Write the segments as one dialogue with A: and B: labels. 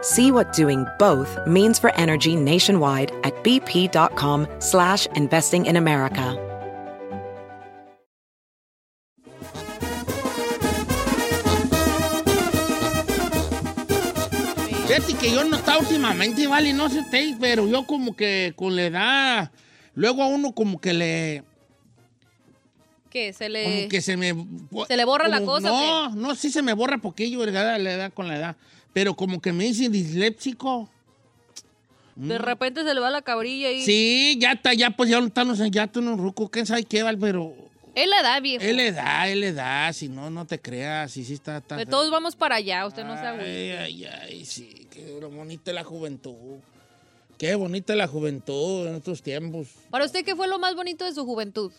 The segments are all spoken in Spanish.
A: See what doing both means for energy nationwide at bp.com slash investing in America.
B: Fíjate que yo no estaba últimamente, vale, no sé, te- pero yo como que con la edad, luego a uno como que le,
C: ¿Qué? Se le...
B: como que se me...
C: ¿se le borra la
B: como-
C: cosa
B: No, no, sí se me borra poquillo, ¿verdad? La edad con la edad, pero como que me dicen disléxico.
C: De repente se le va la cabrilla y...
B: Sí, ya está, ya pues ya están los ya está unos rucos, quién sabe qué, vale, pero
C: Él la da, viejo.
B: él le da, él le da, si no, no te creas, si sí está... está
C: Pues todos vamos para allá, usted no se
B: Ah,
C: agüite.
B: Ay, ay, ay, sí, qué bonita es la juventud. Qué bonita es la juventud en estos tiempos.
C: Para usted, ¿qué fue lo más bonito de su juventud?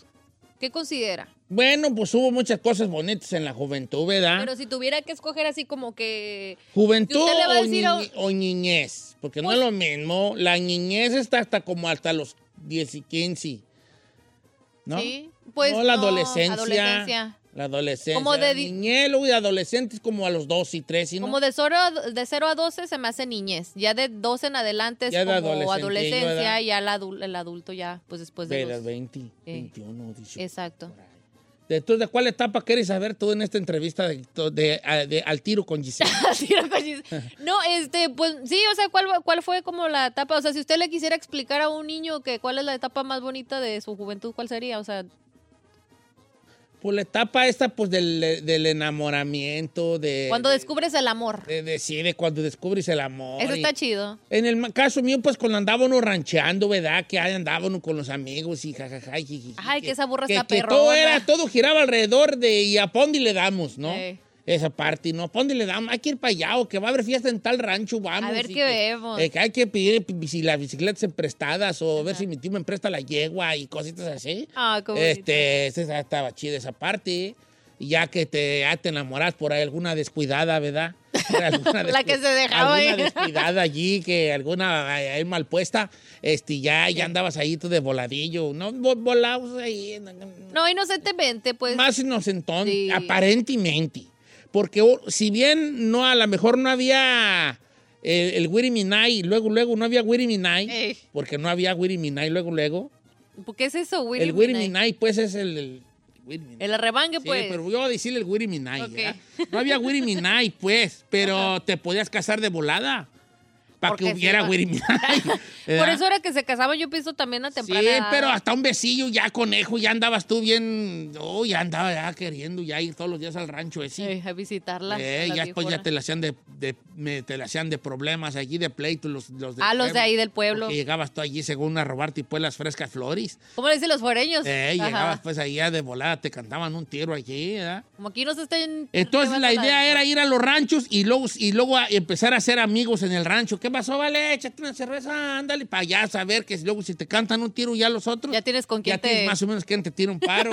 C: ¿Qué considera?
B: Bueno, pues hubo muchas cosas bonitas en la juventud, ¿verdad?
C: Pero si tuviera que escoger así como que...
B: juventud
C: usted le va a
B: o,
C: decir a- Pues
B: niñe- o niñez, porque no es lo mismo. La niñez está hasta como hasta los 10 y 15, ¿no?
C: Sí, pues
B: no, la
C: no,
B: adolescencia.
C: adolescencia.
B: La adolescencia.
C: Como de di-
B: niñez luego, y adolescentes como a los 2 y 3, ¿no?
C: Como de 0, a, de 0 a 12 se me hace niñez. Ya de 12 en adelante es
B: Ya de
C: como
B: adolescentillo, ¿verdad?
C: adolescencia, ya la adul- el adulto ya, pues después de
B: Ve, las
C: los...
B: 20, 21, 18.
C: Exacto.
B: ¿De, tú, ¿De cuál etapa quieres saber tú en esta entrevista de, de- a- de- al tiro con Giselle?
C: Así era con Gis- No, este, pues sí, o sea, ¿cuál, ¿cuál fue como la etapa? O sea, si usted le quisiera explicar a un niño que cuál es la etapa más bonita de su juventud, ¿cuál sería? O sea,
B: pues la etapa esta pues del, del enamoramiento, de...
C: cuando
B: de-
C: descubres el amor.
B: de, de- sí, de Eh, cuando descubres el eh, amor.
C: Eso
B: y-
C: está chido.
B: En el ma- caso mío, pues cuando andábamos rancheando, ¿verdad? Que ahí andábamos con los amigos y jajaja. y jijiji,
C: Ay, que esa burra
B: que,
C: está
B: que todo
C: perrona.
B: era, todo giraba alrededor de y a Pondi le damos, ¿no?
C: Ey.
B: Esa parte, ¿no? A Pondi le damos, hay que ir para allá o que va a haber fiesta en tal rancho, vamos.
C: A ver
B: y
C: qué
B: que-
C: vemos.
B: eh, que hay que pedir pi- si las bicicletas en prestadas o a ver si mi tío me presta la yegua y cositas así.
C: Ah, qué bonito.
B: Este, esa estaba chida esa parte. Y ya que te, ya te enamoras por ahí, alguna descuidada, ¿verdad? Por alguna
C: La que se dejaba,
B: alguna
C: ¿eh?
B: descuidada allí, que alguna ahí mal puesta, este, ya, ya andabas ahí tú de voladillo, ¿no? Vo- Volados ahí. en- en-
C: No, inocentemente, pues.
B: más inocentón,
C: Sí.
B: aparentemente. Porque o- si bien no, a lo mejor no había eh, el, Wiri Minai, luego, luego no había Wiri Minai,
C: Ey.
B: porque no había Wiri Minai, luego, luego.
C: ¿por ¿Qué es eso, Willy?
B: el Wiri
C: Minay?
B: Minai, pues es el. el Wiri Minai.
C: El arrebangue,
B: Sí,
C: pues.
B: pero yo voy a decirle el Wiri Minai.
C: Ok.
B: ¿verdad? No había Wiri Minai, pues, pero te podías casar de volada para que
C: Porque sí,
B: hubiera
C: pa-
B: Wiri Minai.
C: Por
B: ¿verdad?
C: eso era que se casaban, yo pienso también a temprana
B: Sí,
C: edad.
B: pero hasta un besillo ya conejo, ya andabas tú bien, oh, ya andaba ya queriendo ya ir todos los días al rancho ese.
C: Ey, a visitarla.
B: Eh,
C: la
B: ya después ya
C: viejona.
B: te la hacían de, de- me- te la hacían de problemas allí, de pleitos los, los del
C: Ah, los de
B: pueblo.
C: ahí del pueblo.
B: Porque llegabas tú allí según a robarte pues las frescas flores.
C: ¿Cómo le dicen los foreños?
B: Eh,
C: Ajá.
B: llegabas pues ahí ya de volada, te cantaban un tiro allí, ¿verdad?
C: Como aquí no se estén...
B: Entonces la
C: llevando
B: idea era ir a los ranchos y luego, y luego a empezar a hacer amigos en el rancho. ¿Qué pasó? Vale, échate una cerveza, ándale, para allá saber que luego si te cantan un tiro ya los otros.
C: Ya tienes con
B: Ya
C: quién te...
B: tienes más o menos quien te tira un paro.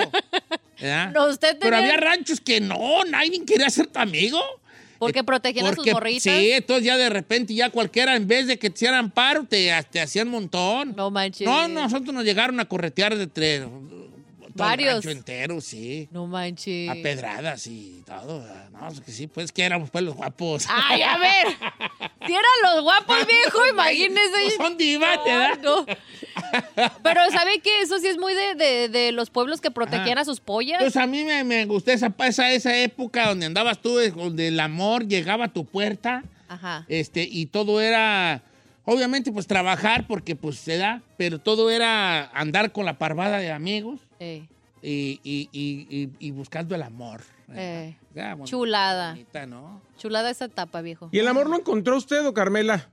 B: ¿verdad?
C: No, usted
B: Pero
C: tenía-
B: había ranchos que no, nadie quería ser tu amigo. Eh,
C: Porque protegían a
B: Porque,
C: sus morritas.
B: Sí, entonces ya de repente ya cualquiera, en vez de que te hicieran paro, te, te hacían montón.
C: No manches.
B: No, nosotros nos llegaron a corretear de tres.
C: Varios.
B: Varios. entero, sí.
C: No manches.
B: A pedradas y todo. ¿verdad? No, es que sí, pues que éramos pues los guapos.
C: Ay, a ver. Si eran los guapos, viejo,
B: Pues
C: imagínese.
B: son divas,
C: Ay,
B: ¿verdad?
C: no. Pero ¿sabe qué? Eso sí es muy de, de- de los pueblos que protegían
B: Ajá.
C: a sus pollas.
B: Entonces Pues, a mí me, me gustó esa, esa, esa época donde andabas tú, eh, donde el amor llegaba a tu puerta.
C: Ajá.
B: este y todo era obviamente pues trabajar porque pues se da pero todo era andar con la parvada de amigos
C: Ey,
B: y, y- y- y- y buscando el amor. ¿verdad?
C: Eh,
B: Ya, bonita,
C: chulada.
B: bonita, ¿no?
C: Chulada esa etapa, viejo.
D: ¿Y el amor lo encontró usted o Carmela?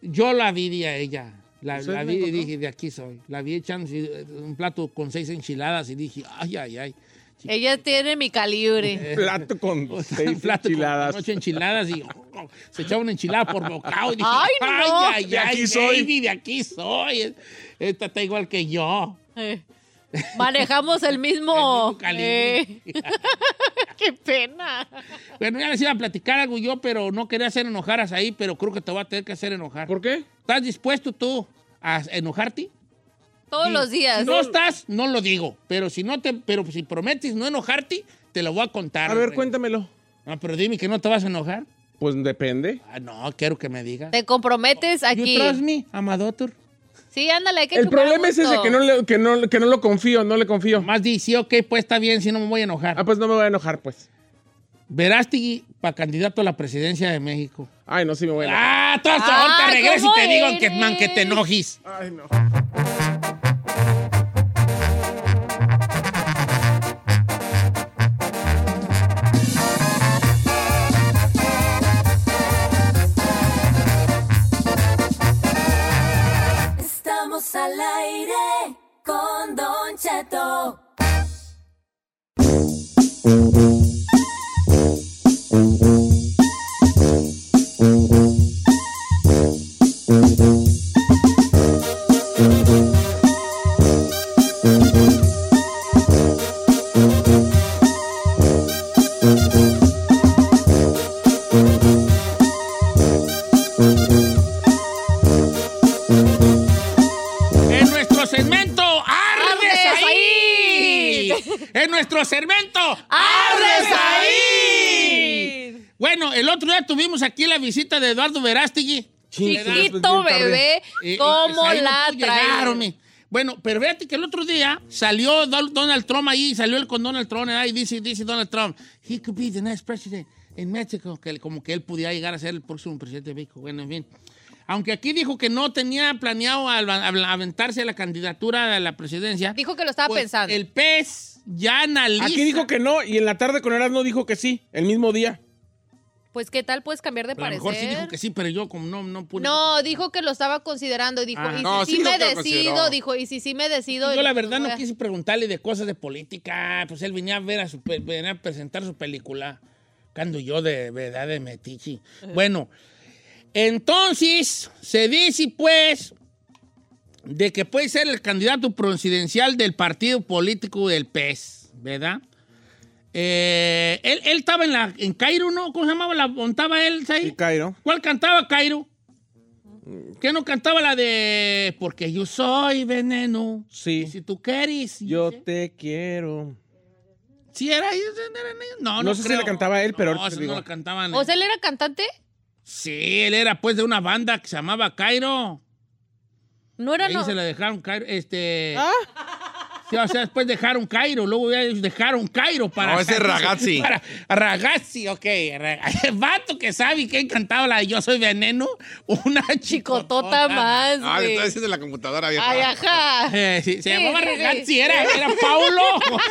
B: Yo la vi a ella. La,
D: ¿Usted
B: la
D: la
B: vi y
D: encontró?
B: dije, de aquí soy. La vi echándose un plato con seis enchiladas y dije, ay, ay, ay.
C: Ella tiene mi calibre.
D: Plato con seis
B: plato con
D: enchiladas.
B: ocho enchiladas y oh, se echaba una enchilada por bocado. Y dije,
C: Ay, no.
B: ay,
D: De aquí
B: ay,
D: soy.
B: baby, de aquí soy. Esta está igual que yo.
C: Eh, Manejamos el
B: El
C: mismo.
B: mismo calibre.
C: Eh, qué pena.
B: Bueno, ya les iba a platicar algo yo, pero no quería hacer enojaras ahí, pero creo que te voy a tener que hacer enojar.
D: ¿Por qué?
B: ¿Estás dispuesto tú a enojarte?
C: Todos
B: Sí.
C: los días.
B: Si no estás, no lo digo. Pero si no te, pero si prometes no enojarte, te lo voy a contar.
D: A ver,
B: hombre.
D: cuéntamelo.
B: No, pero dime que no te vas a enojar.
D: Pues depende.
B: Ah, no, quiero que me digas.
C: Te comprometes aquí.
B: You trust me, Amadotur.
C: Sí, ándale, hay que
D: El
C: chupar a
D: problema es ese
C: gusto.
D: que no, le- que, no, que no lo confío, no le confío.
B: Más di, sí, ok, pues está bien, si no me voy a enojar.
D: Ah, pues no me voy a enojar, pues.
B: Verástegui para candidato a la presidencia de México.
D: Ay, no, sí me voy a enojar.
B: Ah, todo esto,
C: Ah,
B: ahorita regreso y
C: ¿cómo
B: te digo que,
C: eres?
B: man, que te enojes.
D: Ay, no.
E: Estamos al aire con Don Cheto.
B: En nuestro segmento, ¡Ardes
C: ¡Ardes
B: ahí! en nuestro segmento, ¡Ardes ahí! Bueno, el otro día tuvimos aquí la visita de Eduardo Verástegui.
D: Chin, se me fue bien
C: Chiquito
D: tarde.
C: bebé,
B: pues, Eh, eh,
C: ¿cómo
B: ahí no
C: la
B: pudo llegar,
C: trae?
B: homie. Bueno, pero fíjate que el otro día salió Don- Donald Trump ahí, salió él con Donald Trump ahí, dice, dice Donald Trump, he could be the next president en México, que, él- como que él pudiera llegar a ser el próximo presidente de México. Bueno, en fin. Aunque aquí dijo que no tenía planeado al- al- aventarse la candidatura a la presidencia.
C: Dijo que lo estaba
B: pues,
C: pensando.
B: El pez ya analiza.
D: Aquí dijo que no y en la tarde con Erasmo dijo que sí, el mismo día.
C: Pues, ¿qué tal puedes cambiar de
B: A lo
C: parecer?
B: mejor sí dijo que sí, pero yo como no, no pude.
C: No, dijo que lo estaba considerando. y Dijo,
B: Ah.
C: y si
D: No,
C: sí,
D: sí
C: me
D: lo que lo
C: decido,
D: consideró.
C: dijo, y si sí me decido.
B: Yo la
C: pues,
B: verdad
C: voy
B: no
C: a-
B: quise preguntarle de cosas de política, pues él venía a ver a su pe- venía a presentar su película. Cuando yo de verdad de Metichi. Bueno, entonces se dice pues de que puede ser el candidato presidencial del partido político del PES, ¿verdad? Eh, él, él estaba en la en Cairo, ¿no? ¿Cómo se llamaba? La montaba él ahí?
D: Y Cairo.
B: ¿Cuál cantaba Cairo?
D: Mm.
B: ¿Qué no cantaba la de Porque yo soy veneno?
D: Sí.
B: Y si tú quieres.
D: Yo
B: ¿Sí?
D: te quiero.
B: ¿Sí era ella? No, no,
D: No sé si
B: creo.
D: la cantaba él, pero
B: No,
D: ahorita te
B: esa
D: digo.
B: no la cantaban.
C: O sea, él era cantante.
B: sí, él era pues de una banda que se llamaba Cairo.
C: No era,
B: Ahí
C: no. Ah.
B: se la dejaron Cairo. Este. Sí, o sea, después dejaron Cairo, luego ya ellos dejaron Cairo para.
D: Oh,
F: No, ese es Ragazzi.
B: Para, ragazzi, ok. ra- El vato que sabe que ha cantado la de Yo soy veneno, una
C: Chicotota más.
F: Ah, le
C: güey.
F: está diciendo la computadora vieja.
C: Ay, ajá.
B: Eh, sí, se
C: Sí,
B: llamaba
C: sí, sí.
B: Ragazzi, era, era Paulo José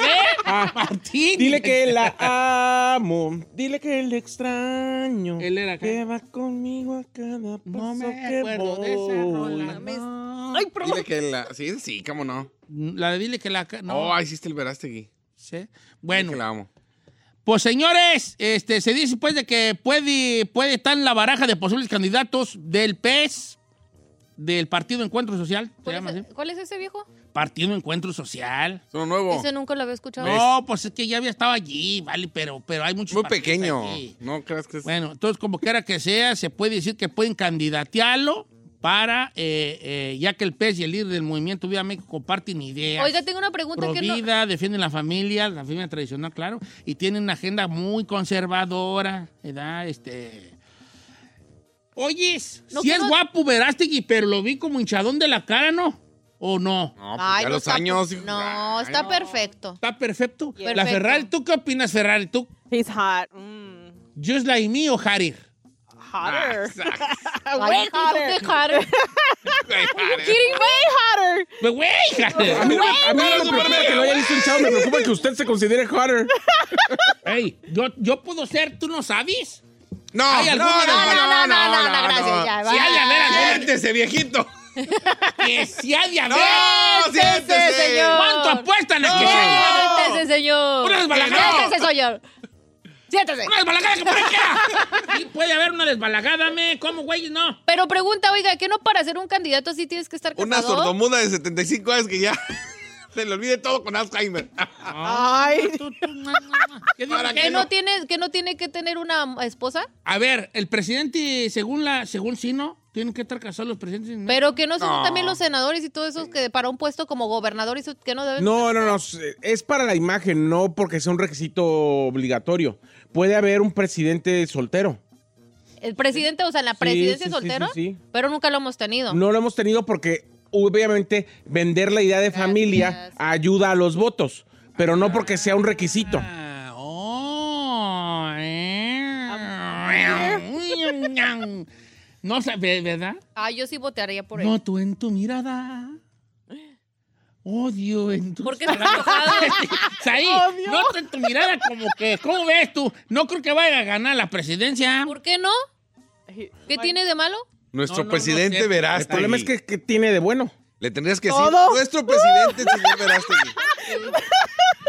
D: Ah.
B: Martín.
D: Dile que la amo. Dile que le extraño.
B: Él era acá.
D: Que va conmigo a cada paso
B: No me
D: que
B: acuerdo de esa
D: voy.
B: rola. no.
C: Ay, pro-
F: Dile que la... Sí, sí, cómo no.
B: La de Dile que la. ca- No.
F: Oh, ahí hiciste el Verástegui. Dile
B: Sí.
F: que
B: Bueno,
F: la amo.
B: pues señores, este, se dice pues de que puede, puede estar en la baraja de posibles candidatos del PES, del Partido Encuentro Social. Se
C: ¿Cuál
B: llama así.
C: es, ¿Cuál es ese viejo?
B: Partido Encuentro Social.
F: Es uno
D: Oh.
F: nuevo.
C: Ese nunca lo había escuchado.
B: No, pues es que ya había estado allí, vale, pero, pero hay muchos.
F: Muy
B: partidos
F: pequeño.
B: aquí.
F: No creas que es...
B: Bueno, entonces, como quiera que sea, se puede decir que pueden candidatearlo para, eh, eh, ya que el PES y el líder del movimiento Viva México comparten ideas.
C: Oiga, tengo una pregunta
B: Pro
C: que no.
B: vida, defienden la familia, la familia tradicional, claro, y tienen una agenda muy conservadora, ¿verdad? Este... Oyes,
C: No,
B: si
C: que
B: es
C: no-
B: guapo Verástegui, pero lo vi como hinchadón de la cara, ¿no? ¿O no?
F: No, pues
C: Ay,
F: ya
C: no
F: los
C: está-
F: años. hijo.
C: No,
F: Ay,
C: está
F: no.
C: perfecto.
B: Está perfecto. La
C: Perfecto.
B: Ferrari, ¿tú qué opinas, Ferrari? ¿Tú,
G: He's hot. Mm.
B: just like me o Harir?
F: Ah,
G: hotter.
F: exact.
B: Ah,
G: way hotter.
C: Big hotter.
F: Güey, pare.
G: Getting way hotter.
B: Pero, güey, hija.
D: A mí, no- a mí no me preocupa que lo haya dicho un chavo, me preocupa que usted se considere hotter.
B: Ey, yo, yo puedo ser, tú no sabes.
F: No,
B: ¿Hay
F: no, no,
B: alguna-
F: no, no, no, no,
G: no, gracias, ya,
B: Si hay, a ver, a ver,
F: Siéntese, viejito.
B: que si ha de
F: No,
B: haber.
F: siéntese.
G: señor.
B: ¿Cuánto apuestan a que sea?
C: Siéntese, señor.
B: Una desbalagada.
C: Siéntese, señor. Siéntese.
B: ¡Una desbalagada que por aquí era! Sí, puede haber una desbalagada, me. ¿Cómo, güey? No.
C: Pero pregunta, oiga, ¿qué no para ser un candidato sí tienes que estar casado?
F: Una sordomuda de 75 años que ya se le olvide todo con Alzheimer.
G: Ay.
B: Tú, tú, no, no, no. ¿Qué digo?
F: Para
B: ¿Qué
C: ¿Que
B: no?
C: no, tiene, ¿Que no tiene que tener una esposa?
B: A ver, el presidente, según la, según Sino, tienen que estar casados los presidentes. ¿no?
C: Pero que no son
F: No.
C: también los senadores y todo eso que para un puesto como gobernador y eso que no deben...
D: No, no, no. Es para la imagen, no porque sea un requisito obligatorio. Puede haber un presidente soltero.
C: El presidente, o sea, en la
D: Sí,
C: presidencia
D: sí, sí,
C: soltero,
D: sí, sí.
C: pero nunca lo hemos tenido.
D: No lo hemos tenido porque, obviamente, vender la idea de familia
C: Gracias.
D: ayuda a los votos, pero no porque sea un requisito.
B: Ah, oh, eh. No sabes, ¿verdad?
C: Ah, yo sí votaría por él.
B: No, tú en tu mirada. Odio en tu
C: ¿Por qué estás enojado?
B: Saí, no tú en tu mirada como que, ¿cómo ves tú? No creo que vaya a ganar la presidencia.
C: ¿Por qué no? ¿Qué tiene de malo?
F: Nuestro
B: No, no, no,
F: presidente
B: cierto.
D: El
F: Verástegui.
D: problema es que, que tiene de bueno.
F: Le tendrías que decir,
G: ¿Todo?
F: nuestro presidente, señor Verástegui.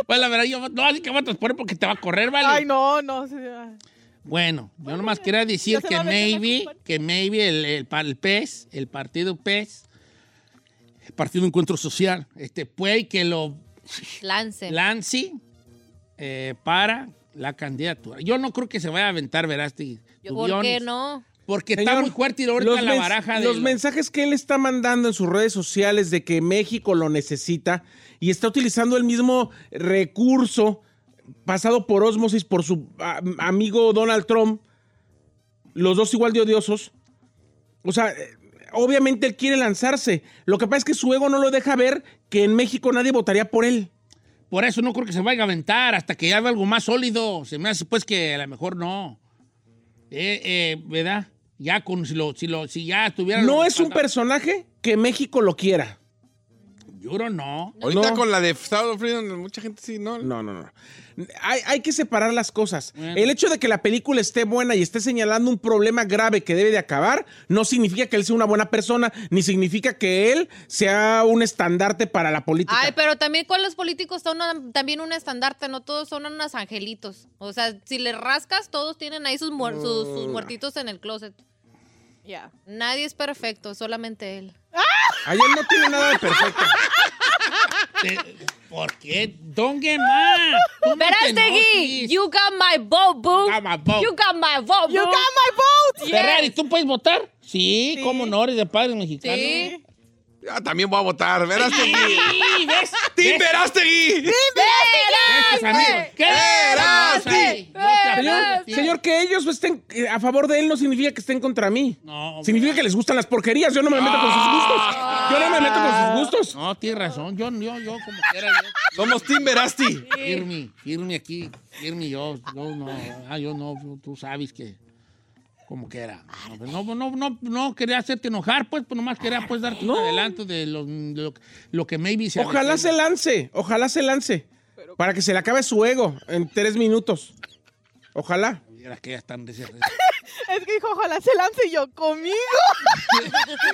B: Pues la verdad, yo voto- no, así que votas por él porque te va a correr, ¿vale?
G: Ay, no, no. sí, ah.
B: Bueno, yo nomás quería decir
G: ya se
B: que
G: va a meter la
B: maybe,
G: culpa.
B: que maybe el, el, pa- el PES, el partido PES, el Partido Encuentro Social, este, puede que lo
C: Lance.
B: lance eh, para la candidatura. Yo no creo que se vaya a aventar Verástegui.
C: Yo, ¿Por qué no?
B: Porque está
D: Señor,
B: muy fuerte y ahorita la
D: mens-
B: baraja de
D: los mensajes que él está mandando en sus redes sociales de que México lo necesita y está utilizando el mismo recurso pasado por osmosis por su a- amigo Donald Trump, los dos igual de odiosos. O sea, eh, obviamente él quiere lanzarse. Lo que pasa es que su ego no lo deja ver que en México nadie votaría por él.
B: Por eso no creo que se vaya a aventar hasta que haga algo más sólido. Se me hace pues que a lo mejor no. Eh, eh, ¿Verdad? Ya con si lo, si lo, si ya estuviera.
D: No
B: los
D: es un
B: espalda-
D: personaje que México lo quiera.
B: Juro no.
F: Ahorita
D: No.
F: con la de Sound of Freedom, mucha gente sí, ¿no?
D: No, no, no. Hay, hay que separar las cosas.
B: Bueno.
D: El hecho de que la película esté buena y esté señalando un problema grave que debe de acabar, no significa que él sea una buena persona, ni significa que él sea un estandarte para la política.
C: Ay, pero también con los políticos son una- también un estandarte, no todos son unos angelitos. O sea, si le rascas, todos tienen ahí sus, muer- sus, sus muertitos en el closet.
G: Yeah.
C: Nadie es perfecto, solamente él.
D: Ay, él no tiene nada de perfecto.
B: Te- ¿Por qué? Don Guemar.
C: Verástegui, you got my vote, boo.
B: Got my vote.
C: You got my vote,
G: You
C: boo.
G: got my vote.
B: Ferrari, ¿tú puedes votar? Sí, cómo no, eres de padres mexicanos.
C: Sí.
F: Yo Ah, también voy a votar. Verástegui.
B: Sí, ¿ves?
F: ¡Tim
B: ¿Ves?
F: Verástegui!
B: ¿Ves, amigos? ¿Qué?
F: Verástegui.
B: No, te
D: Señor,
B: aplaudo.
D: señor, que ellos estén eh, a favor de él no significa que estén contra mí.
B: No, hombre.
D: significa que les gustan las porquerías. Yo no me meto con sus gustos. Yo no me meto con sus gustos.
B: No, tienes razón. Yo, yo, yo, como quiera, yo.
F: Somos Tim Verasti.
B: Irmi, Irmi aquí, Irmi yo, yo no, ah, yo no, tú- tú sabes que como que era. No, pues, No, no, no, no quería hacerte enojar, pues, pues nomás quería pues darte un adelanto de lo, de lo- lo que maybe se
D: Ojalá se
B: avecina.
D: lance, ojalá se lance. Para que se le acabe su ego en tres minutos. Ojalá.
B: Mira que ya están de cierre.
G: Es que dijo, ojalá se lance y yo conmigo.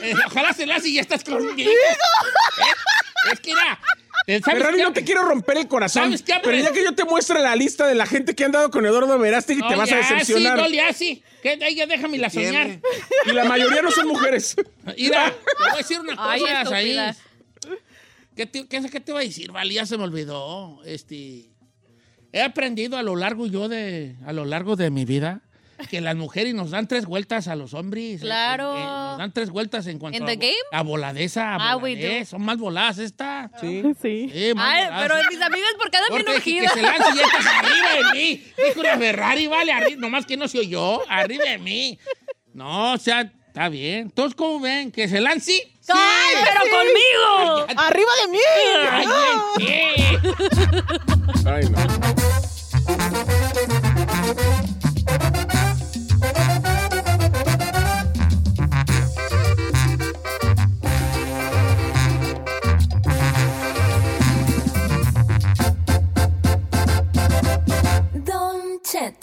B: Eh, ojalá se lance y ya estás conmigo. Eh, Es que era. eh, ¿sabes
D: Ferrari,
B: qué?
D: no te quiero romper el corazón.
B: ¿Sabes qué,
D: pero
B: hombre?
D: ya que yo te muestre la lista de la gente que ha andado con Eduardo Verástegui,
B: No
D: te vas a
B: le haces,
D: decepcionar.
B: ah, no le haces. Que- ay, ya déjame la soñar.
F: Tiene.
D: Y la mayoría no son mujeres.
B: Mira, te voy a decir una
C: Ay,
B: cosa, Saí.
C: estúpida.
B: ¿Qué te, qué, qué te iba a decir? Vale, ya se me olvidó. Este, he aprendido a lo largo yo de, a lo largo de mi vida, que las mujeres nos dan tres vueltas a los hombres.
C: Claro.
B: Eh, eh, nos dan tres vueltas en cuanto
C: ¿In
B: a,
C: the
B: vo-
C: game?
B: a voladeza. a
C: Ah, we do.
B: voladez. Son más voladas estas. Sí.
G: Sí.
B: más
C: Ay,
B: voladas.
C: pero mis amigas, ¿por qué andan
B: Yo
C: bien
B: te dije que
C: urgidas?
B: se lance y estás arriba de mí. Dijo una Ferrari, vale, arriba. Nomás que no se oyó, arriba de mí. No, o sea, está bien. Entonces, ¿cómo ven? ¿Que se lance?
C: ¡Ay, pero conmigo!
G: ¡Arriba de mí! Ah.
B: ¡Ay, bien, sí.
D: Ay, no.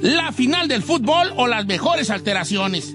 B: La final del fútbol o las mejores alteraciones.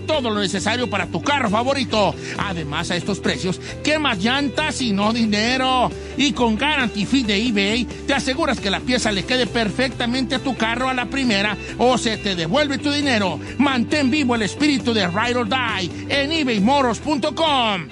B: todo lo necesario para tu carro favorito. Además, a estos precios, ¿qué más llantas y no dinero? Y con Guarantee Fee de eBay, te aseguras que la pieza le quede perfectamente a tu carro a la primera o se te devuelve tu dinero. Mantén vivo el espíritu de Ride or Die en eBayMoros.com.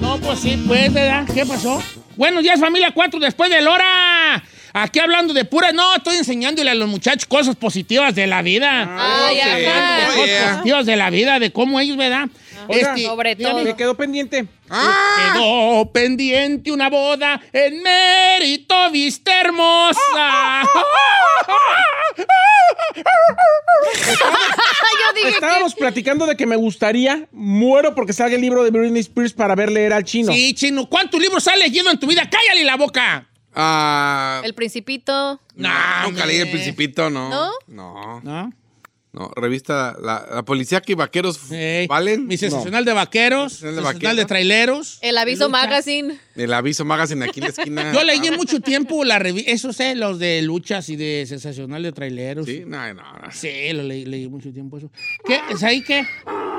B: No, pues sí, pues, ¿verdad? ¿Qué pasó? Buenos días, familia 4, después de hora. Aquí hablando de pura. No, estoy enseñándole a los muchachos cosas positivas de la vida.
C: Ay,
F: ok.
C: ajá.
F: Oh, Ah, yeah.
B: Cosas positivas de la vida, de cómo ellos, ¿verdad? Este,
C: Sobre todo.
D: Me quedó pendiente.
B: Quedó pendiente una boda en mérito vista hermosa.
C: Yo dije que...
D: Estábamos platicando de que me gustaría, muero porque salga el libro de Britney Spears para ver leer al chino.
B: Sí, chino, ¿cuántos libros has leído en tu vida? ¡Cállale la boca!
F: Ah,
C: El Principito.
B: No,
F: nunca leí el
B: hombre.
F: Principito, no.
C: ¿No?
F: No.
B: ¿No?
F: no. Revista La, la Policía que Vaqueros
B: Ey,
F: Valen.
B: Mi sensacional de vaqueros,
F: Sensacional
B: sensacional
F: de
B: de,
F: vaquero.
B: traileros.
C: El Aviso Magazine.
F: El aviso Magazine aquí en la esquina.
B: Yo leí en mucho tiempo la revista, eso sé, los de luchas y de sensacional de traileros.
F: Sí,
B: Sí,
F: no, no, no.
B: lo leí, leí mucho tiempo eso. ¿Qué? ¿Es ahí qué?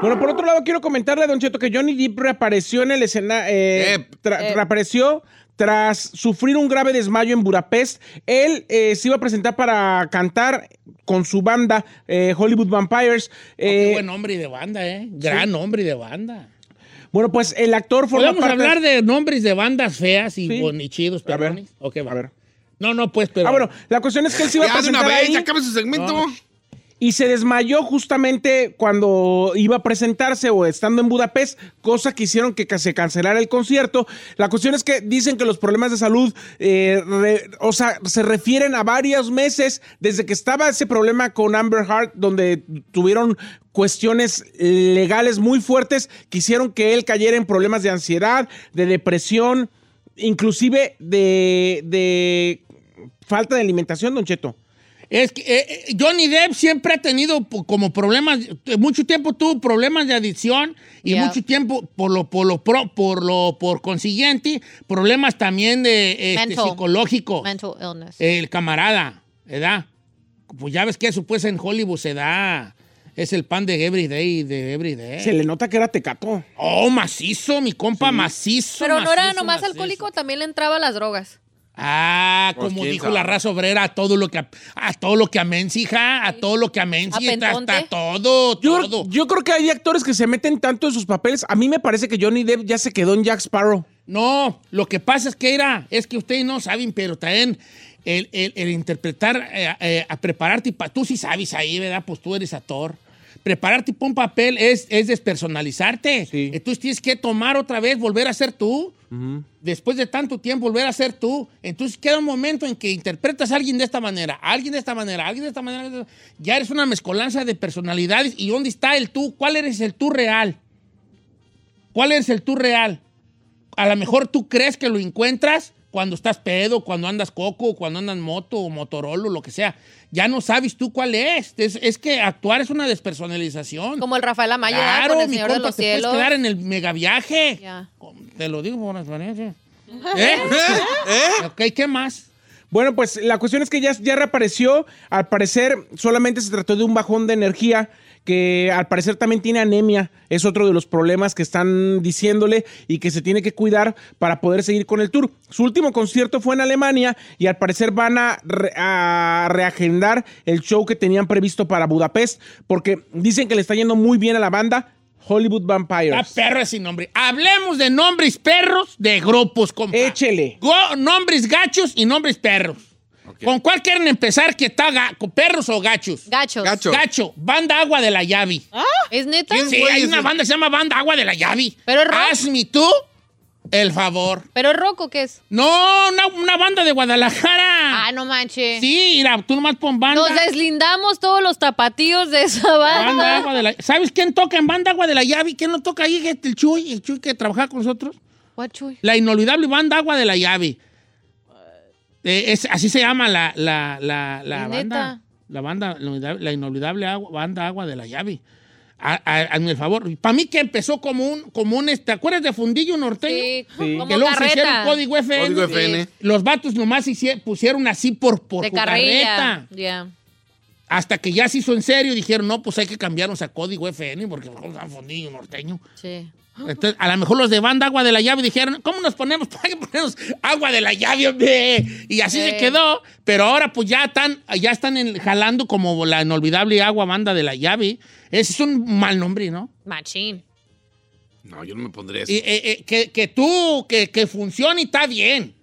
D: Bueno, por otro lado, quiero comentarle a Don Cheto que Johnny Depp reapareció en el escenario.
F: Depp.
B: Eh.
D: Reapareció tras sufrir un grave desmayo en Budapest. Él eh, se iba a presentar para cantar con su banda eh, Hollywood Vampires.
B: Oh, Qué
D: Eh,
B: buen hombre y de banda, ¿eh? Gran hombre y de banda.
D: Bueno, pues el actor forma
B: Podemos
D: parte-
B: hablar de nombres de bandas feas y,
D: Sí.
B: bonichidos, chidos,
D: A ver,
B: perrones? Ok, va.
D: a ver.
B: No, no, pues, pero.
D: Ah, bueno, la cuestión es que él se iba a
F: Ya de
D: presentar
F: una vez,
D: ahí
F: ya acabe su segmento.
B: No.
D: y se desmayó justamente cuando iba a presentarse o estando en Budapest, cosa que hicieron que ca- se cancelara el concierto. La cuestión es que dicen que los problemas de salud, eh, re- o sea, se refieren a varios meses desde que estaba ese problema con Amber Heart, donde tuvieron cuestiones legales muy fuertes que hicieron que él cayera en problemas de ansiedad, de depresión, inclusive de, de falta de alimentación, don Cheto.
B: Es que eh, eh, Johnny Depp siempre ha tenido po- como problemas, eh, mucho tiempo tuvo problemas de adicción y
C: Ya.
B: mucho tiempo por lo por lo pro- por lo por consiguiente problemas también de este,
C: Mental.
B: psicológicos.
C: Mental illness.
B: El camarada, ¿verdad? Pues ya ves que eso pues en Hollywood se da es el pan de everyday de everyday.
D: Se le nota que era tecato.
B: Oh, macizo, mi compa macizo.
C: Pero no era
B: macizo,
C: nomás
B: macizo.
C: alcohólico, también le entraba las drogas.
B: Ah,
F: Pues,
B: como
F: ¿quién
B: dijo
F: sabe?
B: la raza obrera, a todo lo que a, todo lo que amense, hija, a todo lo que
C: A
B: amense, hasta,
C: pentonte.
B: hasta todo,
D: Yo,
B: todo.
D: yo creo que hay actores que se meten tanto en sus papeles. A mí me parece que Johnny Depp ya se quedó en Jack Sparrow.
B: No, lo que pasa es que era, es que ustedes no saben, pero también el, el- el interpretar, eh, eh, a prepararte para, tú sí sabes ahí, ¿verdad? Pues tú eres actor. Prepararte para un papel es, es despersonalizarte.
D: Sí.
B: Entonces tienes que tomar otra vez, volver a ser tú. Después de tanto tiempo, volver a ser tú. Entonces queda un momento en que interpretas a alguien de esta manera, a alguien de esta manera, a alguien de esta manera. Ya eres una mezcolanza de personalidades. ¿Y dónde está el tú? ¿Cuál eres el tú real? ¿Cuál es el tú real? A lo mejor tú crees que lo encuentras cuando estás pedo, cuando andas coco, cuando andas moto o motorolo, lo que sea. Ya no sabes tú cuál es. Es, es que actuar es una despersonalización.
C: Como el Rafael Amaya ¿verdad?
B: claro,
C: con el
B: mi
C: Señor de
B: compa,
C: los
B: te puedes
C: Cielos.
B: quedar en el megaviaje.
C: Ya.
B: Te lo digo por experiencia. ¿Eh?
F: ¿Eh?
B: Ok, ¿qué más?
D: Bueno, pues la cuestión es que ya, ya reapareció. Al parecer, solamente se trató de un bajón de energía que al parecer también tiene anemia. Es otro de los problemas que están diciéndole y que se tiene que cuidar para poder seguir con el tour. Su último concierto fue en Alemania y al parecer van a, re- a reagendar el show que tenían previsto para Budapest porque dicen que le está yendo muy bien a la banda Hollywood
B: La
D: Vampires.
B: Ah, perro es sin nombre. Hablemos de nombres perros de grupos, compa.
D: Échele.
B: Go- nombres gachos y nombres perros. ¿Con cuál quieren empezar que está ga- con perros o gachos?
C: Gachos.
F: Gacho.
B: Gacho, banda Agua de la Llave.
C: ¿Es neta?
B: Sí,
F: güey
B: hay
F: es
B: una
F: el-
B: banda que se llama Banda Agua de la Llave.
C: Pero es rock.
B: Hazme tú el favor.
C: ¿Pero es rock o qué es?
B: No, una, una banda de Guadalajara.
C: Ah, no manches.
B: Sí, mira, tú nomás pon banda.
C: Nos deslindamos todos los tapatíos de esa banda.
B: Banda Agua de la ¿Sabes quién toca en Banda Agua de la Llave? ¿Quién no toca ahí? Este, El Chuy, el Chuy que trabaja con nosotros.
C: Guachuy.
B: La inolvidable Banda Agua de la Llave. Eh, es, así se llama la, la, la, la
C: ¿Es
B: banda.
C: neta?
B: La banda, la inolvidable- la inolvidable agua- Banda Agua de la Llave. A- a- Hazme el favor. Para mí que empezó como un, como un, ¿te acuerdas de Fundillo Norteño?
C: Sí,
B: que
C: como
B: luego se
C: carreta.
B: hicieron código FN.
F: Código FN.
B: Los vatos nomás se hicie- pusieron así por, por
C: de
B: jugarreta.
C: carrera. Ya.
B: Hasta que ya se hizo en serio y dijeron, no, pues hay que cambiarnos a código FN porque nos vamos a fondillo norteño.
C: Sí.
B: Entonces, a lo mejor los de banda Agua de la Llave dijeron, ¿cómo nos ponemos? Hay que ponernos Agua de la Llave, hombre. Y así se
C: Eh.
B: quedó. Pero ahora pues ya están, ya están en- jalando como la inolvidable Agua Banda de la Llave. Ese es un mal nombre, ¿no?
C: Machín.
F: No, yo no me pondré eso.
B: Y, eh, eh, que, que tú, que, que funcione y está bien.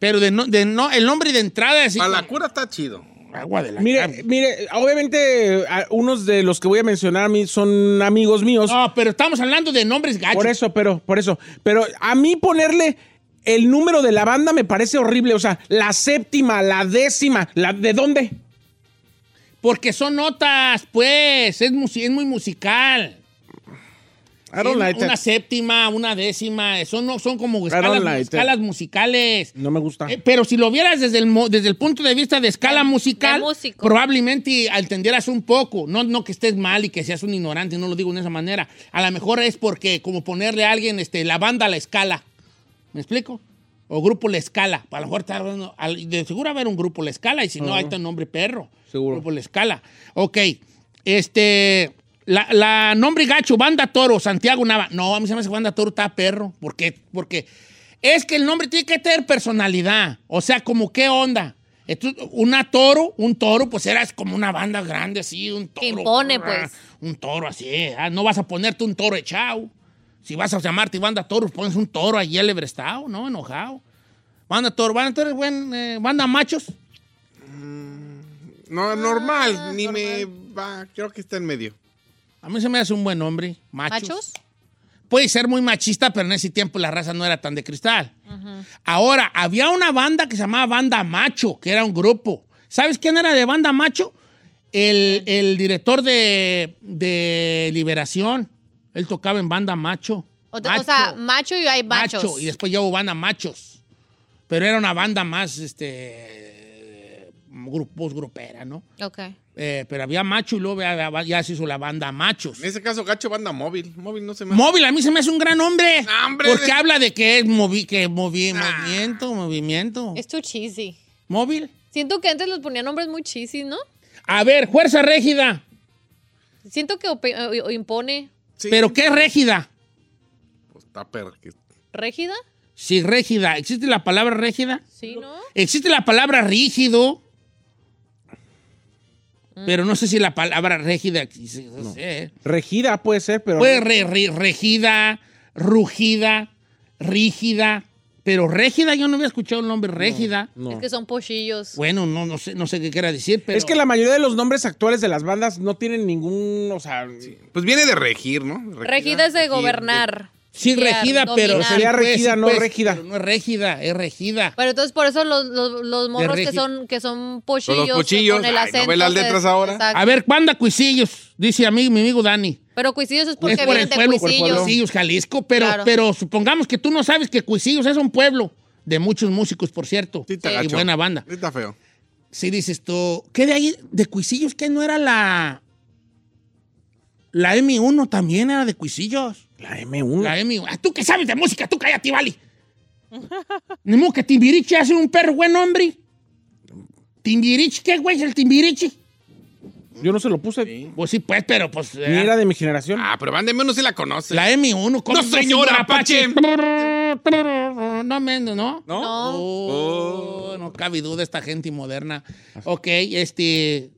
B: Pero de no, de no, el nombre de entrada es...
F: Para la cura está chido.
B: Agua de la
D: Mire,
B: Llave.
D: mire, obviamente a- unos de los que voy a mencionar a mí son amigos míos.
B: No, pero estamos hablando de nombres gachos.
D: Por eso, pero, por eso. Pero a mí ponerle el número de la banda me parece horrible. O sea, la séptima, la décima, la ¿de dónde?
B: Porque son notas, pues. Es, musi- es muy musical.
D: I don't
B: Es
D: like
B: una
D: that.
B: séptima, una décima. Son, no, son como
D: don't
B: escalas,
D: like that.
B: escalas musicales.
D: No me gusta.
B: Eh, pero si lo vieras desde el, mo- desde el punto de vista de escala
C: De- de
B: musical,
C: músico.
B: probablemente entendieras un poco. No, no que estés mal y que seas un ignorante, no lo digo de esa manera. A lo mejor es porque, como ponerle a alguien este, la banda a la escala. ¿Me explico? O grupo La Escala. A lo mejor está hablando- al- de seguro va a haber un grupo La Escala y si no, ahí está el nombre perro.
D: Seguro.
B: Grupo La Escala. Ok. Este. La, la nombre gacho, Banda Toro, Santiago Nava. No, a mí se me hace que Banda Toro está perro. ¿Por qué? Porque es que el nombre tiene que tener personalidad. O sea, como qué onda. Entonces, una toro, un toro, pues eras como una banda grande así, un toro. ah,
C: Que impone, pues.
B: Un toro así. ah, No vas a ponerte un toro echado. Si vas a llamarte Banda Toro, pues pones un toro allí elebrestado, ¿no? Enojado. Banda Toro, Banda Toro es buen, eh, Banda Machos.
F: No,
B: Ah,
F: normal. Ni me va. Creo que está en medio.
B: A mí se me hace un buen hombre. Machos.
C: ¿Machos?
B: Puede ser muy machista, pero en ese tiempo la raza no era tan de cristal. Ahora, había una banda que se llamaba Banda Macho, que era un grupo. ¿Sabes quién era de Banda Macho? El, el director de, de Liberación. Él tocaba en Banda Macho.
C: O, te- o sea,
B: Macho.
C: macho y hay machos.
B: Macho, y después ya hubo banda machos. Pero era una banda más, este, grupos grupera, ¿no?
C: Ok.
B: Eh, pero había macho y luego ya, ya se hizo la banda machos.
F: En ese caso, Gacho banda móvil. Móvil no se me
B: Móvil, a mí se me hace un gran hombre.
F: No, hombre,
B: porque
F: de-
B: habla de que es movi que movi movimiento, movimiento.
C: Es too cheesy.
B: Móvil.
C: Siento que antes los ponían nombres muy cheesy, ¿no?
B: A ver, fuerza régida.
C: Siento que opi- o- o impone
F: Sí.
B: ¿Pero qué es régida?
F: Pues está perro. que-
C: rígida.
B: Sí, régida. ¿Existe la palabra régida?
C: Sí, ¿no?
B: Existe la palabra rígido.
C: Mm.
B: Pero no sé si la palabra régida existe. no sé.
D: Regida puede ser, pero.
B: Puede re- re- regida, rugida, rígida, pero régida, yo no había escuchado el nombre régida.
D: No.
C: Es que son pochillos.
B: Bueno, no, no sé, no sé qué quiera decir, pero.
D: Es que la mayoría de los nombres actuales de las bandas no tienen ningún. O sea,
F: Pues viene de regir, ¿no?
C: Regida es de
F: regir,
C: gobernar.
B: Sí,
C: guiar,
B: regida, pero.
C: dominar.
D: Sería
B: sí, pues,
D: regida,
B: sí,
D: no
B: pues,
D: régida.
B: pero no es régida, es regida.
C: Pero entonces por eso los, los, los morros
B: regi-
C: que son, que son pochillos.
F: Los pochillos,
C: Con el
F: ay, no
C: acento.
F: ve las letras
C: se-
F: ahora.
C: exacto.
B: A ver, banda Cuisillos, dice a mí, mi amigo Dani.
C: Pero cuisillos es porque
B: es por
C: vienen
B: el pueblo,
C: de Pues cuisillos.
B: Cuisillos, Jalisco, pero,
C: Claro.
B: pero supongamos que tú no sabes que Cuisillos es un pueblo de muchos músicos, por cierto.
F: Sí, está
B: y
F: gacho.
B: buena banda.
F: Sí, Está feo.
B: Si dices tú, ¿qué de ahí? ¿De Cuisillos? ¿Qué no era la. La M1 también era de Cuisillos?
D: la M1.
B: La M1. Ah, tú que sabes de música, tú cállate, vale. Ni modo que Timbiriche hace un perro buen hombre. ¿Timbiriche qué, güey? ¿Es el timbiriche?
D: Yo no se lo puse.
B: Pues sí, pues, pero pues.
D: Ni
B: eh,
D: era de mi generación.
F: Ah, pero Van uno sí la conoce.
B: La M1, ¿cómo
F: No, señora Apache.
B: No, men, ¿no?
F: ¿No?
B: Oh, no cabe duda, esta gente moderna. Ok, este.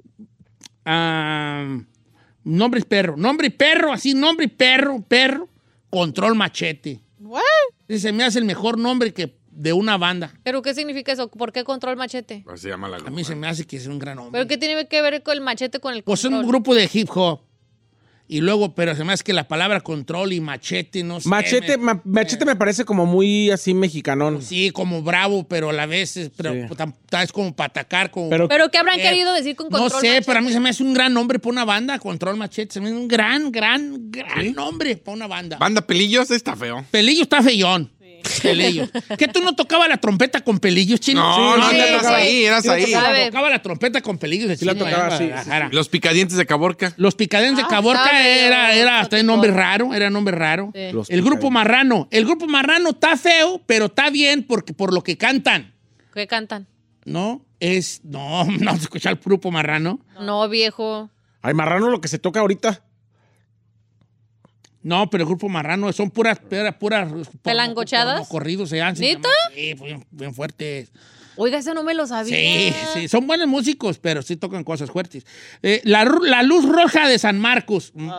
B: am, nombre y perro. Nombre y perro, así, nombre y perro, perro. Control machete.
G: What?
B: Ese se me hace el mejor nombre que de una banda.
C: ¿Pero qué significa eso? ¿Por qué control machete?
F: Así se llama la
B: A mí se me hace que es un gran nombre.
C: ¿Pero qué tiene que ver con el machete con el
B: Pues es
C: control?
B: un grupo de hip hop. Y luego, pero se me hace que la palabra control y machete, no sé.
D: Machete,
B: me-
D: ma- machete me parece como muy así mexicanón.
B: Sí, como bravo, pero a la vez es, pero,
D: Sí.
B: tam- tam- es como para atacar. Como,
D: Pero-
C: ¿Pero qué habrán
B: Eh,
C: querido decir con
B: no
C: control
B: sé,
C: machete?
B: para mí se me hace un gran nombre para una banda, Control Machete. Se me hace un gran, gran, gran nombre para una banda.
F: Banda Pelillos está feo.
B: Pelillo está feyón. Pelillo. ¿Qué tú no tocabas la trompeta con pelillos, chino?
F: No, no,
B: sí,
F: no, eras
C: sí.
F: ahí, eras
D: Sí, la
F: ahí.
C: tocaba. A
B: Tocaba,
C: ver.
B: la trompeta con pelillos de
D: Sí la
B: chino ahí en
D: tocaba, sí,
B: Guadalajara.
F: Los picadientes de Caborca.
B: Los picadentes de
C: Ah,
B: Caborca
C: está medio
B: era, era hasta un nombre raro, era nombre raro.
C: Sí.
D: Los
B: El grupo
D: Picadientes.
B: marrano. El grupo marrano está feo, pero está bien porque por lo que cantan.
C: ¿Qué cantan?
B: ¿No? Es. No, no se escucha el grupo marrano.
C: No, viejo.
D: Ay, marrano lo que se toca ahorita.
B: No, pero el grupo marrano son puras, puras, puras.
C: ¿Pelangochadas?
B: porno corridos se hacen.
C: ¿Neta?
B: Sí, pues, bien, bien fuertes.
C: Oiga, eso no me lo sabía.
B: Sí, sí, son buenos músicos, pero sí tocan cosas fuertes. Eh, la, ru- la luz roja de San Marcos. Mm,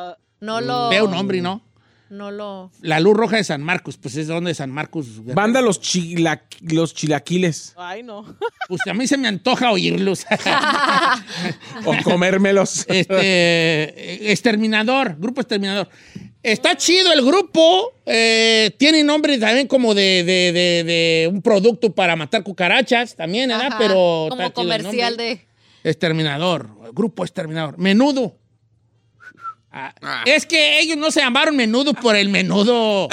C: No lo...
B: Veo nombre, ¿no?
C: No lo...
B: La luz roja de San Marcos, pues es donde San Marcos.
D: Banda los, chila- los chilaquiles.
G: Ay, no.
B: Pues a mí se me antoja oírlos.
D: O comérmelos.
B: este, eh, Exterminador, grupo Exterminador. Está chido el grupo. eh, tiene nombre también como de, de- de- de un producto para matar cucarachas también, ¿verdad?
C: Ajá,
B: Ah, Pero. está chido
C: Como
B: el
C: comercial
B: nombre.
C: de...
B: Exterminador, grupo Exterminador. Menudo. Ah,
F: Ah.
B: Es que ellos no se llamaron menudo por el menudo.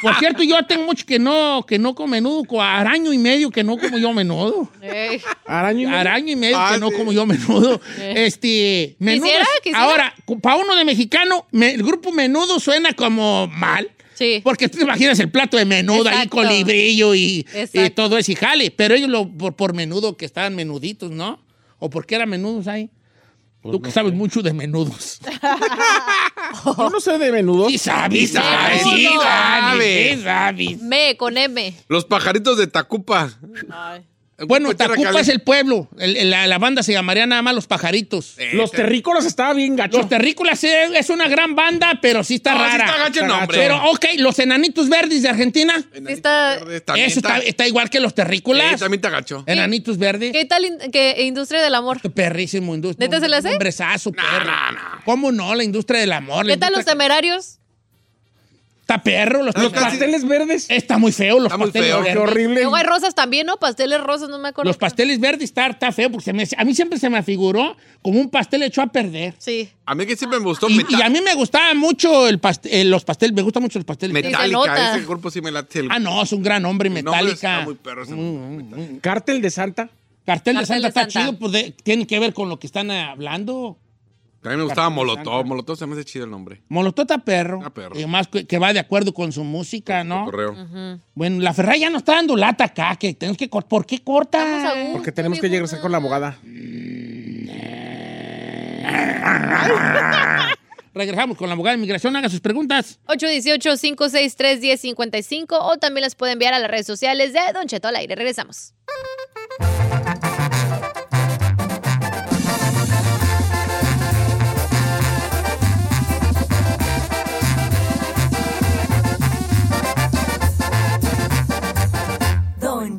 B: Por cierto, yo tengo mucho que no, que no con menudo, con araño y medio que no como yo menudo.
C: Ey.
D: Araño y medio.
B: Araño y medio,
F: Ah,
B: que no
F: sí.
B: como yo menudo. Este, menudo.
C: Eh. Quisiera,
B: es-
C: quisiera.
B: Ahora, para uno de mexicano, me- el grupo menudo suena como mal.
C: Sí.
B: Porque tú te imaginas el plato de menudo ahí
C: Exacto.
B: con librillo y,
C: Exacto.
B: y todo eso y jale. Pero ellos lo, por, por menudo que estaban menuditos, ¿no? ¿O porque eran menudos ahí? Tú que sabes mucho de menudos.
D: Yo no sé de menudo.
B: Sí sabes, sí sabes, sí
C: Menudo.
B: sabes, sí sabes.
C: Me, con M.
F: Los pajaritos de Tacupa.
G: Ay.
B: Bueno,
F: Tierra
B: Tacupa es
F: Caliente.
B: el pueblo. El- el- la, la banda se llamaría nada más Los Pajaritos.
D: Los terrícolas estaba bien gacho.
B: Los Terrícolas es, es una gran banda, pero sí está
F: No, Ah, sí
B: rara.
F: está gacho el nombre.
B: Pero, ok, Los Enanitos Verdes de Argentina.
C: Sí está-
F: Verdes también
B: Eso está, Eh. está igual que Los Terrícolas.
F: Sí, también te agachó.
B: Enanitos Verdes.
C: ¿Qué tal in- que industria del amor?
B: Perrísimo, industria.
C: ¿Neta se le hace?
B: Un hombrezazo, perro.
F: no, no.
B: ¿Cómo no? La industria del amor. la
C: ¿Qué tal los
B: industria-
C: temerarios?
B: Está perro, los
D: Los
B: temerarios.
D: pasteles verdes.
B: Está muy feo, los
F: Está muy
B: pasteles
F: feo.
D: Qué
B: verdes.
D: horrible.
C: Luego hay rosas también, ¿no? Pasteles rosas, no me acuerdo.
B: Los pasteles verdes está, está feo, porque se me- a mí siempre se me afiguró como un pastel hecho a perder.
C: Sí.
F: A mí que siempre me gustó
B: Y,
F: Meta-
B: y a mí me gustaba mucho el past- eh, los pasteles, me gusta mucho el pastel.
C: Sí, se nota.
F: Metallica. Ese grupo sí me late. El...
B: Ah, no, es un gran hombre,
F: El nombre
B: Metallica.
F: está muy perro
B: Mm.
F: ese
D: Cártel de Santa.
B: Cartel de Santa
C: Cartel de
B: está
C: Santa.
B: chido, pues de- tiene que ver con lo que están eh, hablando.
F: A mí me gustaba
B: Cartel de Santa.
F: Molotov. Molotov se me hace chido el nombre.
B: Molotota Ah, perro.
F: Está perro.
B: Y más que, que va de acuerdo con su música, ¿no?
F: Correo.
B: Bueno, la Ferrari ya no está dando lata acá, que tenemos que cor- ¿Por qué
C: Vamos a
B: corta?
C: gusto,
D: Porque tenemos que
C: viejo.
D: llegar a con la abogada.
B: Regresamos con la abogada de inmigración, haga sus preguntas.
C: 818-563-1055 o también las puede enviar a las redes sociales de Don Cheto al aire. Regresamos.
E: Don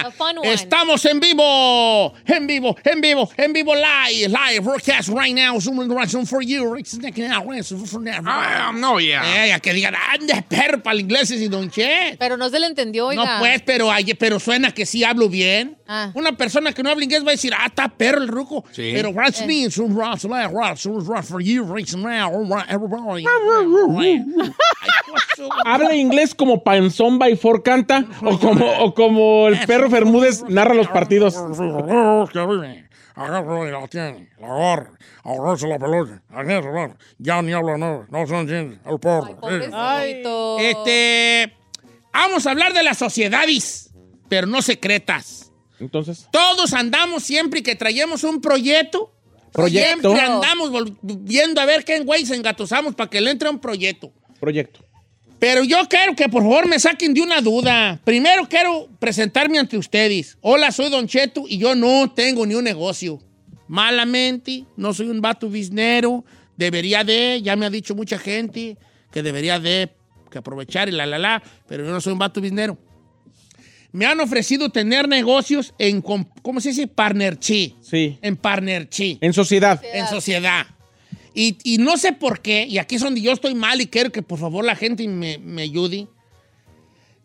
C: A fun one.
B: Estamos en vivo, en vivo, en vivo, en vivo, live, live, broadcast right now, Zoom right Zoom for you, Rick's neck and out, Rick's for now.
F: Ah, no, ya.
B: Eh, a que digan, ande, perro, para el inglés y don Che.
C: Pero no se le entendió, oiga.
B: No, pues, pero, ay- pero suena que sí hablo bien.
C: Ah.
B: Una persona que no habla inglés va a decir, ah, está perro el ruco.
F: Sí.
B: Pero Rats
C: Eh.
B: means, Zoom right, Zoom right, right, Zoom right for you, Rick's now, all right, everybody. Ay, what's up?
D: ¿Habla inglés como Panzón by Four canta? ¿O como, o como el perro Bermúdez narra los partidos?
B: Agarro y la tiene, la agarra, agarrarse la pelota, agarra, agarra. ya ni habla no, no se entiende, el porro.
C: Pobrecito.
B: Este, vamos a hablar de las sociedades, pero no secretas.
D: Entonces,
B: Todos andamos siempre que traemos un proyecto,
D: Proyecto.
B: siempre andamos vol- viendo a ver qué güey se engatusamos para que le entre un proyecto.
D: proyecto.
B: Pero yo quiero que por favor me saquen de una duda. Primero quiero presentarme ante ustedes. Hola, soy Don Cheto y yo no tengo ni un negocio. Malamente, no soy un vato biznero. Debería de, ya me ha dicho mucha gente que debería de que aprovechar y la la la, pero yo no soy un vato biznero. Me han ofrecido tener negocios en, com- ¿cómo se dice? Partnership.
D: Sí.
B: En partnership
D: En sociedad.
B: en sociedad. Y, y no sé por qué, y aquí es donde yo estoy mal y quiero que por favor la gente me, me ayude.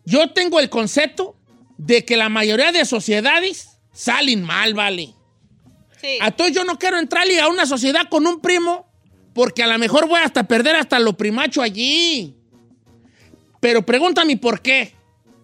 B: Yo tengo el concepto de que la mayoría de sociedades salen mal, ¿vale?
C: Sí.
B: A todos yo no quiero entrarle a una sociedad con un primo porque a lo mejor voy hasta perder hasta lo primacho allí. Pero pregúntame por qué.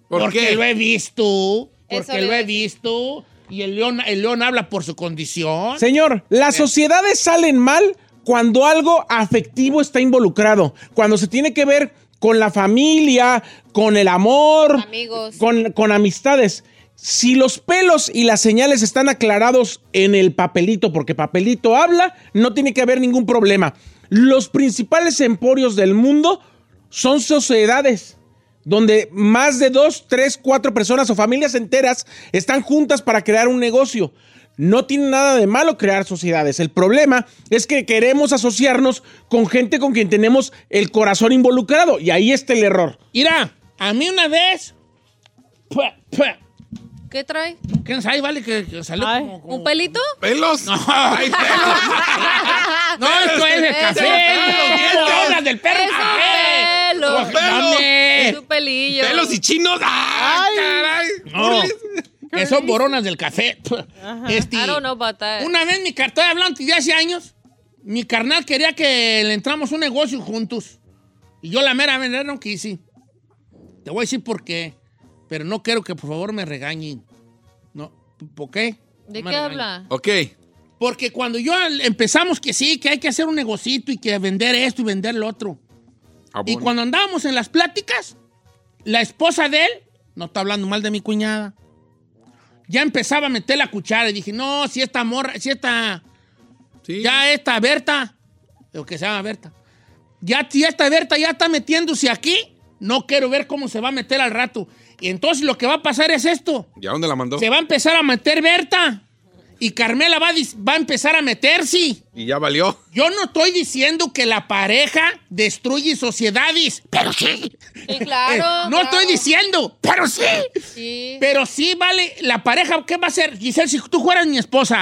F: ¿Por
B: porque
F: qué?
B: lo he visto,
C: Eso
B: porque lo
C: le iba a
B: he
C: decir.
B: visto y el león, el león habla por su condición.
D: Señor, las sociedades salen mal cuando algo afectivo está involucrado, cuando se tiene que ver con la familia, con el amor,
C: Amigos.
D: Con, con amistades. Si los pelos y las señales están aclarados en el papelito, porque papelito habla, no tiene que haber ningún problema. Los principales emporios del mundo son sociedades donde más de dos, tres, cuatro personas o familias enteras están juntas para crear un negocio. No tiene nada de malo crear sociedades. El problema es que queremos asociarnos con gente con quien tenemos el corazón involucrado. Y ahí está el error.
B: Mira, a mí una vez. pua, pua,
C: ¿Qué trae?
B: ¿Quién sabe, vale? Que, que salió
G: Ay.
B: como, como-
C: ¿Un pelito?
F: ¿Pelos?
B: No, ay, No, esto es de
C: Eso,
B: café.
C: pelos.
B: No, hablas del perro y
C: Eso,
B: café.
C: pelo.
B: Como que, dame.
C: Su pelillo.
F: ¿Pelos y chinos?
B: ¡Ah,
F: ¡Ay, caray!
B: No,
F: Burles.
B: que son boronas del café. Este,
C: I don't know about that.
B: una vez mi cartel hablando de hace años, mi carnal quería que le entramos un negocio juntos. Y yo la mera verdad no quise. Te voy a decir por qué. Pero no quiero que por favor me regañen. No, ¿por qué? No
C: ¿De
B: me
C: qué
B: regañen.
C: habla?
F: Ok.
B: Porque cuando yo al- empezamos que sí, que hay que hacer un negocito y que vender esto y vender lo otro. Y
F: Abón.
B: cuando andábamos en las pláticas, la esposa de él, no está hablando mal de mi cuñada, ya empezaba a meter la cuchara y dije, no, si esta morra, si esta,
F: Sí.
B: ya esta Berta, lo que se llama Berta, ya, si esta Berta ya está metiéndose aquí, no quiero ver cómo se va a meter al rato. Y entonces lo que va a pasar es esto.
F: ¿Ya dónde la mandó?
B: Se va a empezar a meter Berta. Y Carmela va a, dis- va a empezar a meterse.
F: Y ya valió.
B: Yo no estoy diciendo que la pareja destruye sociedades. Pero sí.
C: Sí, claro.
B: Eh, no estoy
C: claro.
B: diciendo. Pero sí.
C: Sí.
B: Pero sí, vale. La pareja, ¿qué va a hacer? Giselle, si tú fueras mi esposa.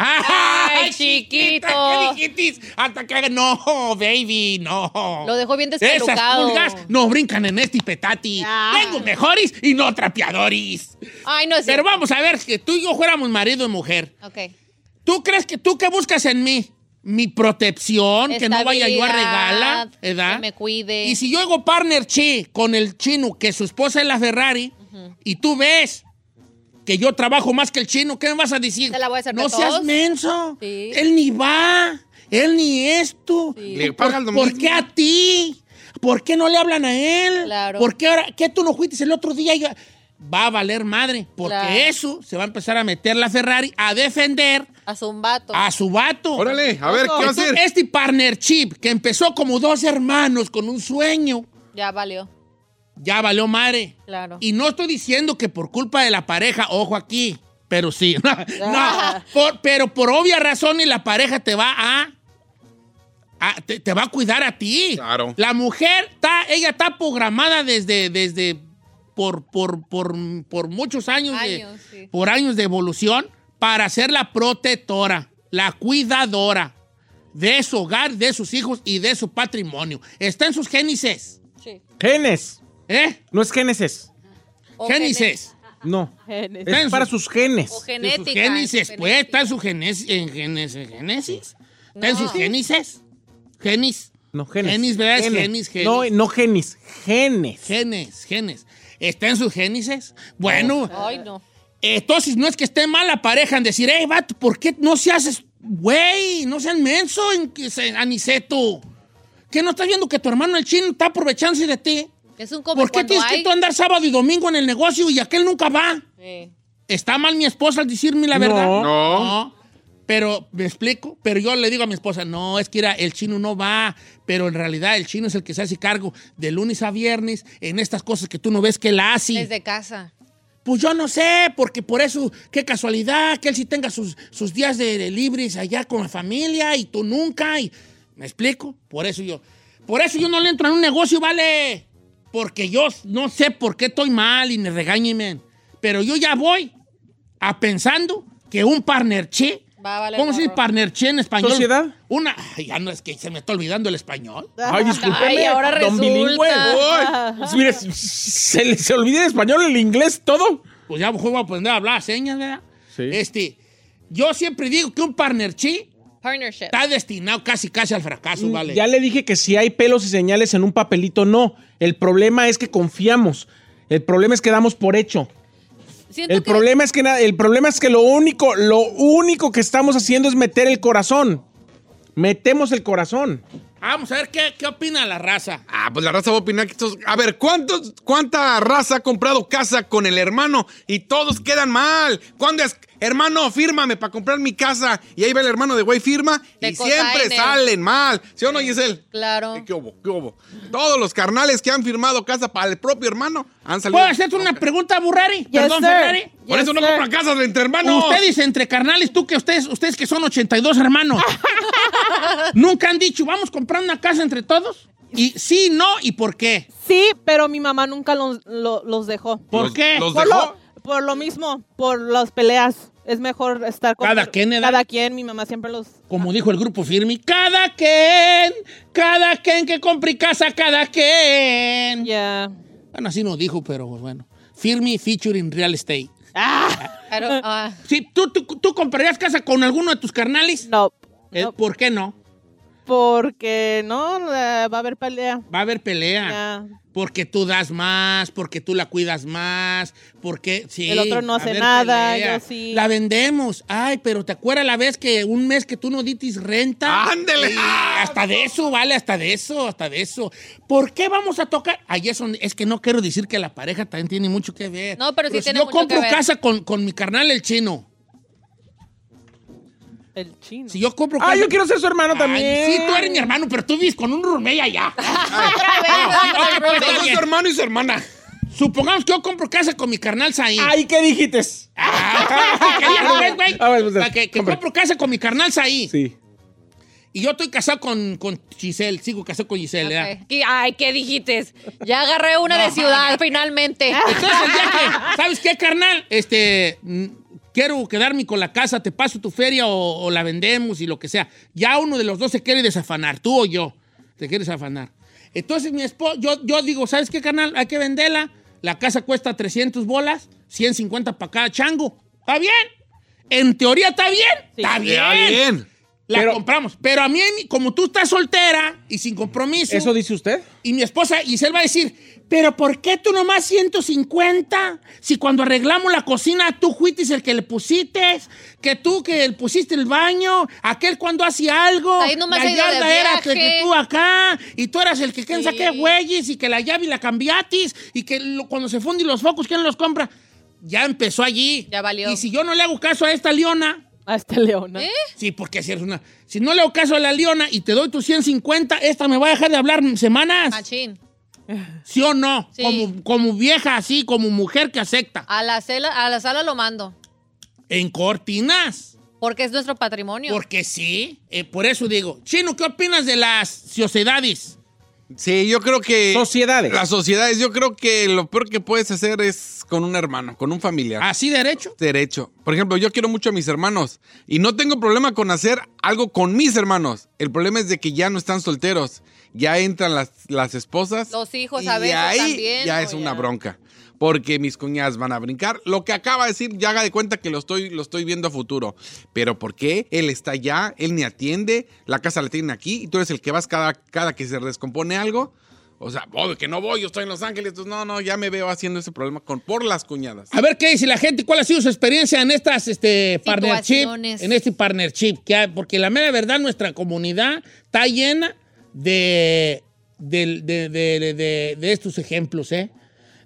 C: Ay, chiquito.
B: ¿Qué dijiste? Hasta que... No, baby, no.
C: Lo dejó bien
B: Esas
C: despelucado.
B: pulgas no brincan en este petati.
C: Ah.
B: Tengo mejores y no trapeadores.
C: Ay, no es
B: Pero vamos a ver, que tú y yo fuéramos marido y mujer.
C: Ok.
B: ¿Tú crees que tú qué buscas en mí? Mi protección, que no vaya yo a regala,
C: Estabilidad,
B: ¿edad?
C: Que me cuide.
B: Y si yo hago partner chi con el chino, que su esposa es la Ferrari, y tú ves que yo trabajo más que el chino, ¿qué me vas a decir?
C: Te la voy a hacer de
B: no seas
C: todos.
B: menso.
C: Sí.
B: Él ni va, él ni esto.
F: Le pagan lo
B: ¿Por
F: mismo.
B: qué a ti? ¿Por qué no le hablan a él?
C: Claro.
B: ¿Por qué ahora? ¿Qué tú no fuiste el otro día? Yo- va a valer madre, porque
C: Claro.
B: eso se va a empezar a meter la Ferrari a defender
C: A Zumbato.
B: a su vato.
F: Órale, a ver, ¿qué va a
B: Entonces,
F: hacer?
B: este partnership que empezó como dos hermanos con un sueño,
C: Ya valió.
B: ya valió madre.
C: Claro.
B: Y no estoy diciendo que por culpa de la pareja, ojo aquí, pero sí. No,
C: Ah.
B: por- pero por obvia razón y la pareja te va a... a- te, te va a cuidar a ti.
F: Claro.
B: La mujer está, ella está programada desde, desde por, por, por, por muchos años, de-
C: Años, sí.
B: por años de evolución para ser la protectora, la cuidadora de su hogar, de sus hijos y de su patrimonio. Está en sus génises.
C: Sí.
D: Genes.
B: ¿Eh?
D: No es génesis.
C: O
B: génises.
D: No.
G: Genes.
D: Es para sus genes.
B: En
C: O
B: sus
C: genética.
B: génises,
C: genética.
B: pues, está en su genes, en genes, en génesis. Está en
C: No.
B: sus génises. Genis.
D: No, genes.
B: Genis, ¿verdad? Es
D: Gene.
B: genis, genis.
D: No, no genis. Genes.
B: Genes, genes. Está en sus génises. Bueno,
C: Ay, no.
B: entonces no es que esté mal la pareja en decir, hey, vato, ¿por qué no se haces, güey? No seas menso, en, que se- aniceto. ¿Qué no estás viendo que tu hermano el chino está aprovechándose de ti?
C: Es un como
B: ¿Por qué
C: cuando
B: tienes
C: hay-
B: que tú andar sábado y domingo en el negocio y aquel nunca va?
C: Eh,
B: ¿Está mal mi esposa al decirme la
D: No.
B: verdad?
F: No.
B: Pero, ¿me explico? Pero yo le digo a mi esposa, no, es que era, el chino no va, pero en realidad el chino es el que se hace cargo de lunes a viernes en estas cosas que tú no ves que él hace.
C: Desde casa.
B: Pues yo no sé, porque por eso, qué casualidad, que él sí tenga sus, sus días de, de libres allá con la familia y tú nunca. Y, ¿Me explico? Por eso yo. Por eso yo no le entro en un negocio, ¿vale? Porque yo no sé por qué estoy mal y me regáñenme. Pero yo ya voy a pensando que un partnership.
C: Va a valer
B: ¿Cómo se dice
C: gorro.
B: partnership en español?
D: ¿Sociedad?
B: Una. ay, Ya no es que se me está olvidando el español.
D: Ay, discúlpeme.
C: Ay, ahora
D: don bilingüe.
C: resulta.
D: Uy. Pues mire, se le se olvida el español, el inglés, todo.
B: Pues ya mejor voy a aprender a hablar señas, ¿verdad?
D: Sí.
B: Este. Yo siempre digo que un partnership
C: Partnership.
B: Está destinado casi casi al fracaso, vale.
D: Ya le dije que si hay pelos y señales en un papelito, no. El problema es que confiamos. El problema es que damos por hecho.
C: Siento
D: El
C: que-
D: problema es que na- el problema es que lo único, lo único que estamos haciendo es meter el corazón. Metemos el corazón.
B: Vamos a ver qué, qué opina la raza.
F: Ah, pues la raza va a opinar que estos- A ver, ¿cuántos, ¿cuánta raza ha comprado casa con el hermano y todos quedan mal? ¿Cuándo es, hermano, fírmame para comprar mi casa? Y ahí va el hermano de güey, firma
C: Te
F: y siempre
C: cosignen.
F: salen mal. ¿Sí o no, Giselle?
C: Claro.
F: Eh, ¿Qué hubo? ¿Qué hubo? Todos los carnales que han firmado casa para el propio hermano han salido.
B: ¿Puedo hacerte Pues, una pregunta, Burrari? Perdón,
G: sir.
B: Ferrari.
F: Por eso no
G: Yes, sir.
F: compran casas entre hermanos.
B: Ustedes entre carnales, tú que ustedes, ustedes que son 82 hermanos. Nunca han dicho, vamos a comprar una casa entre todos. Y sí, no, ¿y por qué?
G: Sí, pero mi mamá nunca los, lo- los dejó.
B: ¿Por
F: Los-
B: qué?
F: los
G: Por
F: dejó.
G: lo, por lo mismo, por las peleas. Es mejor estar con
B: Cada quien, ¿eh?
G: cada quien. Mi mamá siempre los.
B: Como dijo el grupo Firmi, cada quien, cada quien que compre casa, cada quien.
G: Ya.
B: Bueno, así no dijo, pero bueno. Firmi featuring real estate.
C: Claro,
G: uh,
C: ah,
B: Sí, ¿tú, tú, tú comprarías casa con alguno de tus carnales?
G: No.
B: Eh,
G: no,
B: ¿Por qué no?
G: porque no eh, va a haber pelea.
B: Va a haber pelea.
G: Ya.
B: Porque tú das más, porque tú la cuidas más, porque sí.
G: El otro
B: va
G: no
B: a
G: hace
B: haber
G: nada, yo sí.
B: La vendemos. Ay, pero ¿te acuerdas la vez que un mes que tú no ditis renta?
F: Ándele.
B: Y hasta de eso, vale, hasta de eso, hasta de eso. ¿Por qué vamos a tocar? Ay, eso es que no quiero decir que la pareja también tiene mucho que ver.
C: No, pero sí tiene
B: yo
C: mucho que
B: compro
C: ver.
B: casa con, con mi carnal el chino.
G: El chino.
B: Si yo compro casa
D: Ah, yo quiero ser su hermano
B: Ay,
D: también.
B: Sí, tú eres mi hermano, pero tú vives con un roommate allá.
C: otra vez.
B: Está
F: Todos
B: bien.
F: su hermano y su hermana.
B: Supongamos que yo compro casa con mi carnal Saí.
D: Ay, ¿qué dijiste?
B: Ah, que ya lo ves, güey.
D: A ver, pues,
B: O sea, que, que
D: compra.
B: compro casa con mi carnal Saí.
D: Sí.
B: Y yo estoy casado con, con Giselle, sigo casado con Giselle, ¿verdad?
C: ok. Ay, ¿qué dijiste? Ya agarré una de ciudad, finalmente.
B: Entonces, el día que, ¿sabes qué, carnal? Este, mm, quiero quedarme con la casa, te paso tu feria o, o la vendemos y lo que sea. Ya uno de los dos se quiere desafanar, tú o yo. Te quieres afanar. Entonces, mi esposo, yo, yo digo, ¿sabes qué, carnal? Hay que venderla. La casa cuesta 300 bolas, 150 para cada chango. ¿Está bien? En teoría, ¿está bien? Está bien.
F: Ya, bien.
B: La
D: Pero-
B: compramos. Pero a mí, como tú estás soltera y sin compromiso,
D: ¿Eso dice usted?
B: y mi esposa Giselle va a decir, pero ¿por qué tú nomás 150? Si cuando arreglamos la cocina tú fuiste el que le pusiste, que tú que le pusiste el baño, aquel cuando hacía algo,
C: Ahí nomás
B: la
C: ha ido de
B: yarda era que,
C: viaje.
B: que tú acá, y tú eras el que quién saqué
C: Sí.
B: güeyes, y que la llave y la cambiatis, y que lo- cuando se funden los focos, ¿quién los compra? Ya empezó allí.
C: Ya valió.
B: Y si yo no le hago caso a esta leona,
G: Hasta Leona.
C: ¿Eh?
B: Sí, porque si eres una. Si no le hago caso a la Leona y te doy tus 150, esta me va a dejar de hablar semanas.
C: Machín.
B: ¿Sí o no?
C: Sí. Ah.
B: Como, como vieja así, como mujer que acepta.
C: A la, sala, a la sala lo mando.
B: En cortinas.
C: Porque es nuestro patrimonio.
B: Porque sí. eh, por eso digo. Chino, ¿qué opinas de las sociedades?
F: Sí, yo creo que.
D: Sociedades.
F: Las sociedades, yo creo que lo peor que puedes hacer es con un hermano, con un familiar.
B: ¿Así derecho?
F: derecho. Por ejemplo, yo quiero mucho a mis hermanos y no tengo problema con hacer algo con mis hermanos. El problema es de que ya no están solteros, ya entran las, las esposas.
C: Los hijos
F: y
C: a veces
F: ahí
C: también,
F: Ya
C: ¿no?
F: es una
C: Ya.
F: bronca. Porque mis cuñadas van a brincar. Lo que acaba de decir, ya haga de cuenta que lo estoy, lo estoy viendo a futuro. Pero ¿por qué? Él está allá, él ni atiende, la casa la tienen aquí y tú eres el que vas cada, cada que se descompone algo. O sea, "Oh, que no voy, yo estoy en Los Ángeles. Entonces, no, no, ya me veo haciendo ese problema con, por las cuñadas.
B: A ver qué dice la gente, cuál ha sido su experiencia en estas este, partnership.
C: Situaciones.
B: En este partnership. Que hay, porque la mera verdad, nuestra comunidad está llena de, de, de, de- de- de estos ejemplos, ¿eh?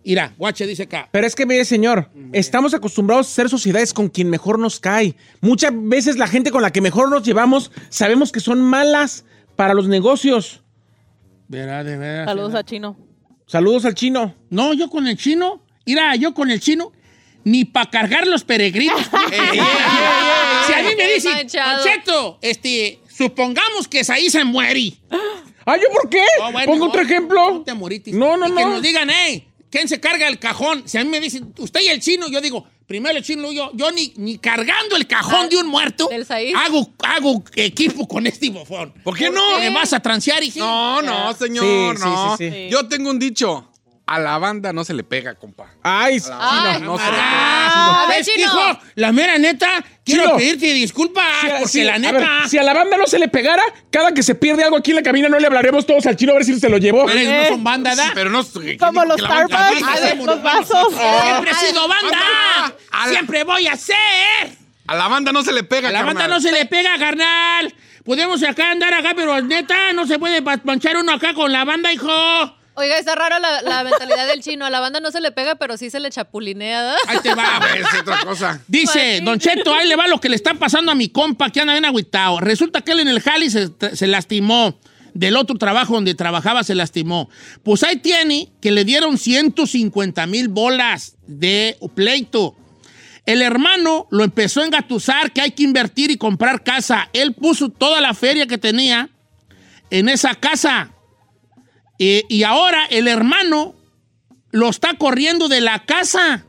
B: Mira, guache dice acá.
D: Pero es que, mire, señor, estamos acostumbrados a ser sociedades con quien mejor nos cae. Muchas veces la gente con la que mejor nos llevamos sabemos que son malas para los negocios.
B: Verá, de veras.
G: Saludos a Chino.
D: Saludos al chino.
B: No, yo con el chino. Mira, yo con el chino. Ni para cargar los peregrinos. si a mí me
C: Qué
B: dicen,
C: manchado.
B: Concheto, este, supongamos que Saí se muere.
D: ¿Ah, yo por qué?
C: Oh,
B: No, bueno,
D: Pongo
B: no,
D: otro
B: No,
D: ejemplo.
B: te moritis.
D: No, no,
B: Y que
D: no.
B: nos digan, hey, ¿quién se carga el cajón? Si a mí me dicen, usted y el chino, yo digo, primero el chino, luego yo, yo ni, ni cargando el cajón
C: Ah,
B: de un muerto,
C: del Said.
B: hago, hago equipo con este bofón.
F: ¿Por qué no?
B: Me vas a transear, y
F: No,
B: Ah.
F: no, señor,
D: Sí, sí,
F: no.
D: sí, sí.
F: Yo tengo un dicho. A la banda no se le pega, compa.
D: Ay,
C: Ay,
F: No se le pega.
B: Ah,
C: A ver,
B: ¿ves,
C: chino.
B: hijo? La mera neta, quiero
D: Chino.
B: pedirte disculpas, porque
D: si-
B: la
D: a
B: neta...
D: ver, si a la banda no se le pegara, cada que se pierde algo aquí en la cabina no le hablaremos todos al chino a ver si se lo llevó. Eh.
B: Ustedes no son banda, ¿da?
F: Sí, pero no.
G: Como los
F: que la banda-
G: Starbucks,
F: la banda-
G: los vasos.
B: Oh. Siempre he sido banda.
F: Banda. A la-
B: Siempre voy a ser.
F: A la banda no se le pega,
B: A la banda
F: carnal.
B: no se le pega, carnal. Podemos acá andar acá, pero neta, no se puede pa- manchar uno acá con la banda, hijo.
C: Oiga, está raro la, la mentalidad del chino. A la banda no se le pega, pero sí se le chapulinea. ¿verdad?
B: Ahí te
F: A
B: va.
F: ver, Ah, pues, es otra cosa.
B: Dice, Don Cheto, ahí le va lo que le está pasando a mi compa que anda bien agüitado. Resulta que él en el jali se, se lastimó. Del otro trabajo donde trabajaba se lastimó. Pues ahí tiene que le dieron 150 mil bolas de pleito. El hermano lo empezó a engatusar que hay que invertir y comprar casa. Él puso toda la feria que tenía en esa casa. Eh, y ahora el hermano lo está corriendo de la casa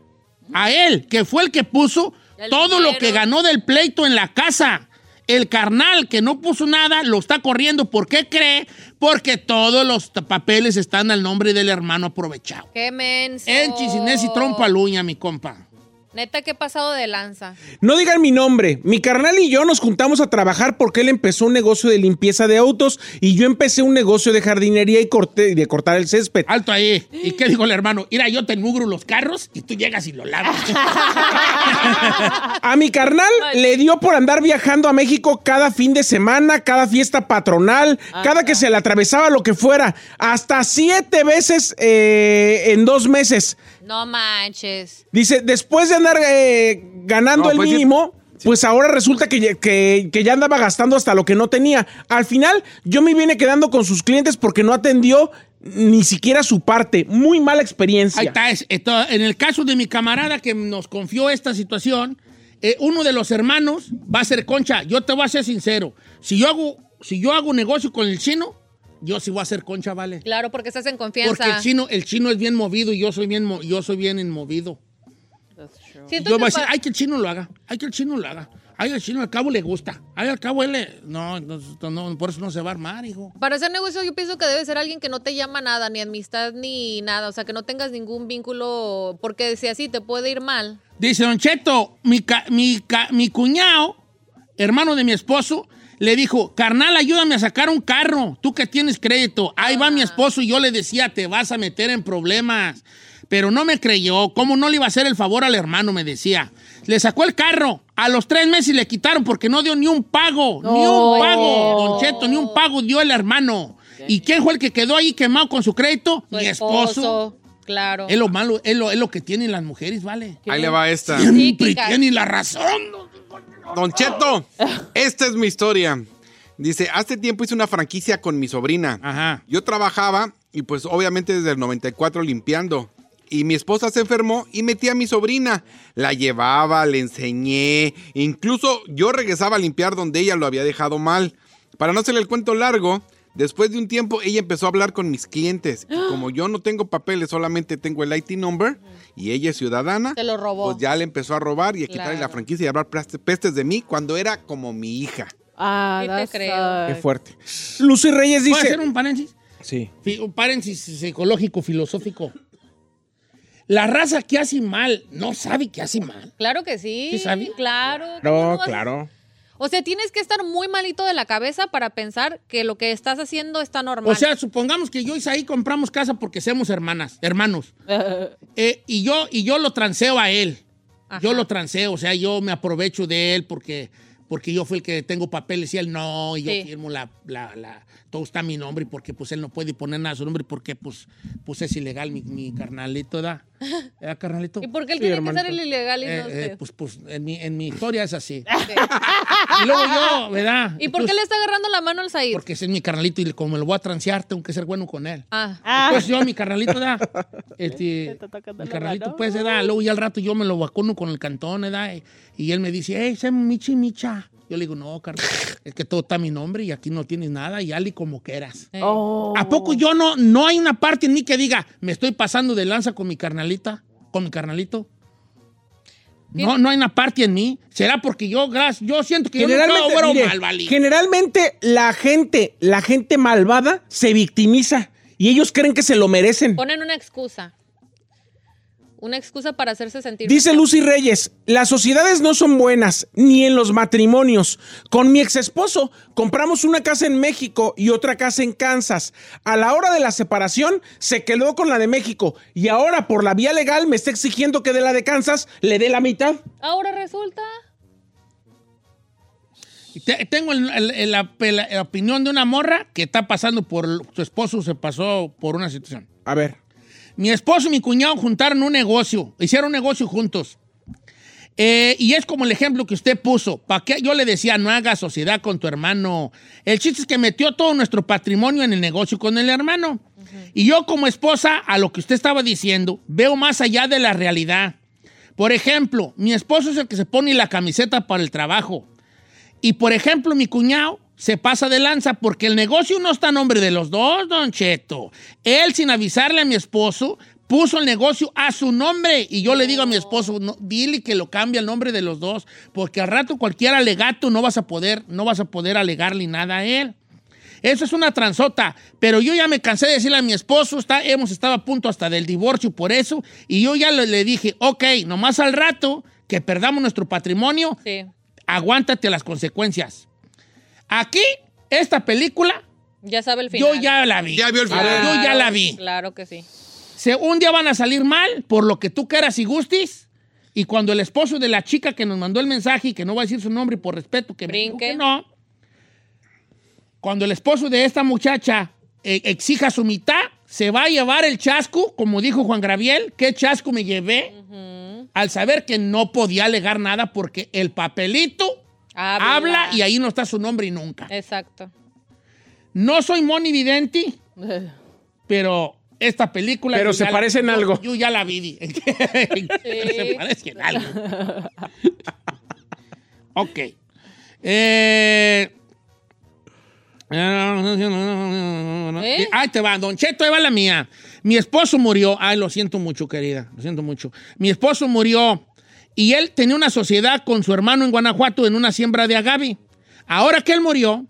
B: a él, que fue el que puso
C: El
B: todo lo
C: dinero.
B: que ganó del pleito en la casa. El carnal que no puso nada lo está corriendo. ¿Por qué cree? Porque todos los t- papeles están al nombre del hermano aprovechado.
C: Qué menso.
B: En Chisinés y trompa luña, mi compa.
C: Neta, qué pasado de lanza.
D: No digan mi nombre. Mi carnal y yo nos juntamos a trabajar porque él empezó un negocio de limpieza de autos y yo empecé un negocio de jardinería y corté, y de cortar el césped.
B: Alto ahí. ¿Y qué dijo el hermano? Mira, yo te mugro los carros y tú llegas y los lavas.
D: A mi carnal le dio por andar viajando a México cada fin de semana, cada fiesta patronal, cada que se le atravesaba lo que fuera, hasta siete veces eh, en dos meses.
C: No manches.
D: Dice, después de andar eh, ganando
F: No,
D: el
F: pues sí.
D: mínimo, pues ahora resulta que, ya- que- que ya andaba gastando hasta lo que no tenía. Al final, yo me viene quedando con sus clientes porque no atendió ni siquiera su parte. Muy mala experiencia.
B: Ahí está. es- esto- en el caso de mi camarada que nos confió esta situación, eh, uno de los hermanos va a ser concha. Yo te voy a ser sincero. Si yo hago, si yo hago negocio con el chino, yo sí voy a ser concha, ¿vale?
C: Claro, porque estás en confianza.
B: Porque el chino, el chino es bien movido y yo soy bien, mo- yo soy bien inmovido.
C: Siento
B: Yo
C: que
B: voy a decir,
C: pa-
B: ay, que el chino lo haga, ay, que el chino lo haga. Ay, al chino al cabo le gusta. Ay, al cabo él le... No, no, no, por eso no se va a armar, hijo.
C: Para hacer negocio yo pienso que debe ser alguien que no te llama nada, ni amistad, ni nada. O sea, que no tengas ningún vínculo, porque si así te puede ir mal.
B: Dice Don Cheto, mi, ca- mi, ca- mi cuñado, hermano de mi esposo, le dijo, carnal, ayúdame a sacar un carro, tú que tienes crédito. Ahí va mi esposo y yo le decía, te vas a meter en problemas. Pero no me creyó, ¿cómo no le iba a hacer el favor al hermano? Me decía. Le sacó el carro, a los tres meses le quitaron porque no dio ni un pago, ni un pago, don Cheto, ni un pago dio el hermano. ¿Y quién fue el que quedó ahí quemado con su crédito?
C: Su
B: mi esposo.
C: Claro.
B: Es lo malo, es lo, es lo que tienen las mujeres, ¿vale?
F: Ahí le va esta.
B: Siempre
C: Sí, que-
B: tienen la razón. ¿no?
F: Don Cheto, esta es mi historia. Dice, hace tiempo hice una franquicia con mi sobrina.
B: Ajá.
F: Yo trabajaba y pues obviamente desde el 94 limpiando. Y mi esposa se enfermó y metí a mi sobrina. La llevaba, le enseñé. Incluso yo regresaba a limpiar donde ella lo había dejado mal. Para no hacerle el cuento largo, después de un tiempo ella empezó a hablar con mis clientes. Y como yo no tengo papeles, solamente tengo el IT number y ella es ciudadana.
C: Te lo robó.
F: Pues ya le empezó a robar y a quitarle la
C: Claro.
F: franquicia y a hablar peste- pestes de mí cuando era como mi hija.
G: Ah,
C: Sí te
G: that's
C: creo.
D: Qué
G: sad.
D: fuerte. Lucy Reyes
B: ¿Puedo
D: dice.
B: hacer un paréntesis?
D: Sí.
B: Fi- Un paréntesis psicológico, filosófico. La raza que hace mal no sabe que hace mal.
C: Claro que sí.
B: ¿Sí sabe?
C: Claro. ¿cómo
D: No,
C: no vas a-
D: claro.
C: O sea, tienes que estar muy malito de la cabeza para pensar que lo que estás haciendo está normal.
B: O sea, supongamos que yo y Saí compramos casa porque somos hermanas, hermanos. Eh, y, yo, y yo lo transeo a él. Yo lo transeo, o sea, yo me aprovecho de él porque, porque yo fui el que tengo papeles y él no, y yo
C: Sí.
B: firmo la, la, la- todo está a mi nombre porque pues él no puede poner nada a su nombre porque pues, pues es ilegal mi, mi carnalito, ¿da? ¿Eh, carnalito?
C: ¿Y por qué él
D: Sí,
C: tiene
D: hermanito.
C: que ser el ilegal y no
B: Eh, eh,
C: usted?
B: pues pues en, mi, en mi historia es así. Y luego yo, ¿verdad?
C: ¿Y por qué
B: Entonces,
C: le está agarrando la mano al Said?
B: Porque ese es mi carnalito y como lo voy a transear, tengo que ser bueno con él.
C: Ah,
G: Ah,
B: Pues yo, mi carnalito, da. Este,
G: está tocando
B: mi
G: la
B: carnalito,
G: mano.
B: pues, da. Luego ya al rato yo me lo vacuno con el cantón, da. Y, y él me dice, hey, sé michi, micha. Yo le digo, no, carnal, es que todo está a mi nombre y aquí no tienes nada y ali como quieras.
C: eh.
G: oh.
B: ¿A poco yo no, no hay una parte en mí que diga, me estoy pasando de lanza con mi carnalita, con mi carnalito? No, no hay una parte en mí. ¿Será porque yo, gas- yo siento que yo nunca
D: Generalmente,
B: obro
D: mire,
B: mal, vale?
D: generalmente la gente, la gente malvada se victimiza y ellos creen que se lo merecen.
C: Ponen una excusa. Una excusa para hacerse sentir.
D: Dice
C: mal.
D: Lucy Reyes, las sociedades no son buenas, ni en los matrimonios. Con mi exesposo compramos una casa en México y otra casa en Kansas. A la hora de la separación se quedó con la de México y ahora por la vía legal me está exigiendo que de la de Kansas le dé la mitad.
C: Ahora resulta.
B: Te- Tengo el- el- el- la, la- la opinión de una morra que está pasando por. Su esposo se pasó por una situación.
D: A ver,
B: Mi esposo y mi cuñado juntaron un negocio, hicieron un negocio juntos. Eh, y es como el ejemplo que usted puso. ¿Para qué? Yo le decía, no haga sociedad con tu hermano. El chiste es que metió todo nuestro patrimonio en el negocio con el hermano. Y yo como esposa, a lo que usted estaba diciendo, veo más allá de la realidad. Por ejemplo, mi esposo es el que se pone la camiseta para el trabajo. Y por ejemplo, mi cuñado se pasa de lanza porque el negocio no está a nombre de los dos, don Cheto. Él, sin avisarle a mi esposo, puso el negocio a su nombre. Y yo le digo a mi esposo, no, dile que lo cambie el nombre de los dos, porque al rato cualquier alegato no vas a poder, no vas a poder alegarle nada a él. Eso es una transota, pero yo ya me cansé de decirle a mi esposo, está, hemos estado a punto hasta del divorcio por eso, y yo ya le, le dije, ok, nomás al rato que perdamos nuestro patrimonio,
C: Sí.
B: aguántate las consecuencias. Aquí, esta película,
C: Ya sabe el final.
B: yo ya la vi.
F: Ya vio el final.
B: Yo ya la vi.
C: Claro que sí.
B: Se, un día van a salir mal por lo que tú quieras y gustis. Y cuando el esposo de la chica que nos mandó el mensaje y que no va a decir su nombre y por respeto que me dijo
C: Brinque.
B: que no, cuando el esposo de esta muchacha eh, exija su mitad, se va a llevar el chasco, como dijo Juan Graviel, qué chasco me llevé al saber que no podía alegar nada porque el papelito
C: Habla. Eh.
B: habla y ahí no está su nombre y nunca.
C: Exacto.
B: No soy Moni Vidente, pero esta película.
D: Pero
B: yo
D: se
B: ya
D: parece en
B: yo-
D: algo.
B: Yo ya la vi. di. Pero se parece en algo. ok. Eh.
C: ¿Eh?
B: Ahí te va, Don Cheto, ahí va la mía. Mi esposo murió. Ay, lo siento mucho, querida. Lo siento mucho. Mi esposo murió y él tenía una sociedad con su hermano en Guanajuato en una siembra de agave. Ahora que él murió,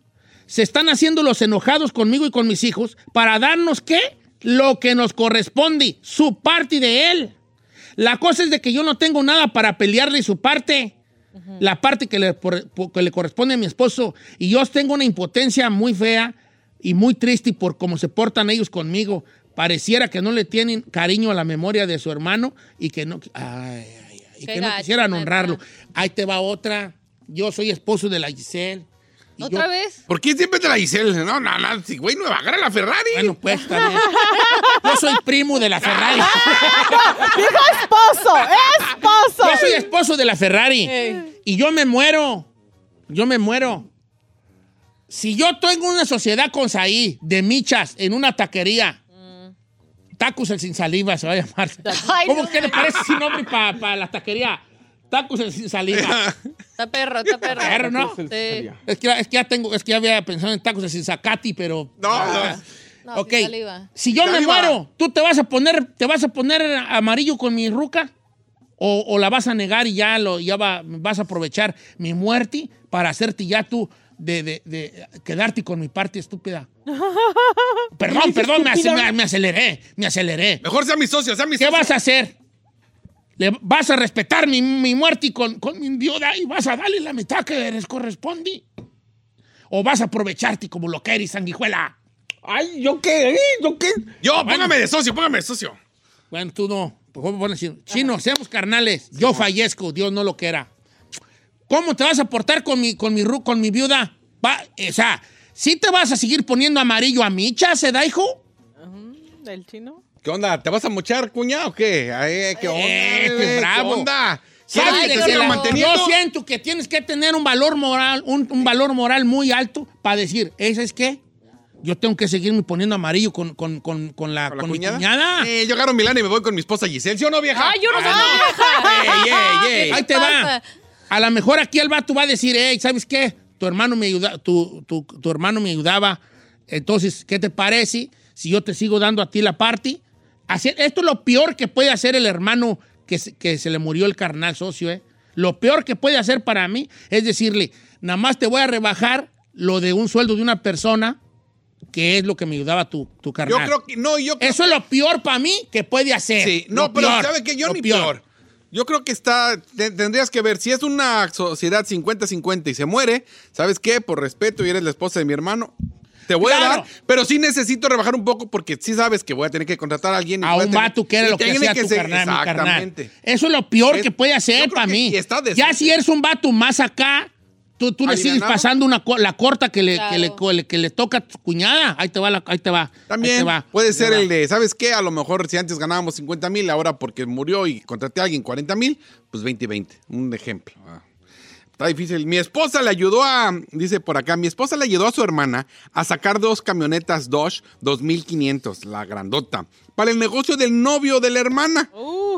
B: se están haciendo los enojados conmigo y con mis hijos para darnos qué? Lo que nos corresponde, su parte de él. La cosa es de que yo no tengo nada para pelearle su parte. la parte que le, por- por- que le corresponde a mi esposo y yo tengo una impotencia muy fea y muy triste por cómo se portan ellos conmigo. Pareciera que no le tienen cariño a la memoria de su hermano y que no, ay, ay, ay, y
C: Qué
B: que no
C: gacho,
B: quisieran
C: neta.
B: honrarlo. Ahí te va otra. Yo soy esposo de la Giselle. y
C: ¿Otra
B: yo-
C: vez?
F: ¿Por qué siempre te la Giselle? No, no, no, si, güey, no va a agarrar la Ferrari.
B: Bueno, pues también. Yo soy primo de la Ferrari.
G: Dijo esposo, esposo.
B: Yo soy esposo de la Ferrari. Y yo me muero. Yo me muero. Si yo tengo una sociedad con Saí de michas en una taquería, tacos el sin saliva se va a llamar.
C: Ay,
B: ¿Cómo
C: no.
B: que le parece ese nombre para la taquería? Tacos el sin saliva.
C: Está perro, está perro.
B: Perro, ¿no?
D: Sí.
C: Sí.
B: Es que, es que ya tengo, es que ya había pensado en tacos el sin zacati, pero. Ah.
F: No, no.
C: No,
B: ok.
C: sin saliva.
B: Si yo me
F: Saliva.
B: muero, ¿tú te vas a poner, te vas a poner amarillo con mi ruca? ¿O, o la vas a negar y ya, lo, ya va- vas a aprovechar mi muerte para hacerte ya tú de, de- de quedarte con mi parte estúpida? perdón, perdón, me, ac-
D: estúpida?
B: me- me aceleré, me aceleré.
F: Mejor sea mi socio, sea mi
B: ¿Qué
F: socio.
B: vas a hacer? ¿Le ¿Vas a respetar mi, mi muerte y con, con mi viuda y vas a darle la mitad que les corresponde? ¿O vas a aprovecharte como lo que eres, sanguijuela?
D: Ay, ¿yo qué? ¿Eh? ¿Yo qué?
F: Yo, póngame de socio, póngame de socio.
B: Bueno, tú no. Pues, ¿Cómo pones chino? Chino, seamos carnales. Yo fallezco, Dios no lo quiera. ¿Cómo te vas a portar con mi, con mi, ru- con mi viuda? Va, o sea, ¿sí te vas a seguir poniendo amarillo a Micha, se da, hijo?
G: ¿Del chino?
F: ¿Qué onda? ¿Te vas a mochar, cuña, o qué? Ay, ¿Qué onda?
B: Eh, qué
F: bebé? ¿Qué
B: bravo.
F: onda? ¿Quieres
B: Ay,
F: que te
B: que
F: siga
B: la-
F: manteniendo?
B: Yo siento que tienes que tener un valor moral, un, un valor moral muy alto para decir, ¿esa es qué? Yo tengo que seguirme poniendo amarillo con, con, con, con la,
F: ¿Con la
B: con mi
F: cuñada?
B: cuñada.
F: Eh, yo agarro Milán y me voy con mi esposa Giselle. ¿Sí o no, vieja?
C: Ay, yo no soy
F: Ah, no. Ey, ey, ey.
B: Ahí te
C: pasa?
B: va. A lo mejor aquí el vato va a decir, hey, ¿sabes qué? Tu hermano me ayuda, tu, tu- tu hermano me ayudaba. Entonces, ¿qué te parece si yo te sigo dando a ti la party? Hacer- esto es lo peor que puede hacer el hermano que se, que se le murió el carnal socio, ¿eh? Lo peor que puede hacer para mí es decirle, nada más te voy a rebajar lo de un sueldo de una persona que es lo que me ayudaba tu, tu
F: Yo
B: carnal.
F: creo que. No, yo creo
B: Eso es lo peor para mí que puede hacer.
F: Sí, no,
B: Lo
F: pero
B: peor,
F: ¿sabe qué? Yo
B: lo
F: ni peor. Yo creo que está. te- tendrías que ver, si es una sociedad 50-50 y se muere, ¿sabes qué? Por respeto y eres la esposa de mi hermano. Te voy a
B: Claro.
F: dar, pero sí necesito rebajar un poco porque sí sabes que voy a tener que contratar a alguien. y
B: a
F: voy
B: un
F: tener-
B: vato que era
F: y
B: lo que
F: tiene
B: hacía tu
F: ser-
B: carnal, mi carnal.
F: Exactamente.
B: Eso es lo peor
F: Es-
B: que puede
F: yo
B: hacer
F: creo
B: para
F: que
B: mí.
F: sí está decente.
B: ya si eres un vato más acá, tú, tú le sigues
F: ¿Alivianado?
B: pasando una co- la corta que le, que, le,
C: Claro.
B: co- le- que le toca a tu cuñada. Ahí te va, la- ahí te va. ahí te
F: También
B: va.
F: puede
B: Ahí
F: ser
B: te va.
F: el de, ¿sabes qué? A lo mejor si antes ganábamos 50 mil, ahora porque murió y contraté a alguien 40 mil, pues 20 y 20. Un ejemplo. Ah. Está difícil. Mi esposa le ayudó a, dice por acá, mi esposa le ayudó a su hermana a sacar dos camionetas Dodge 2500, la grandota, para el negocio del novio de la hermana.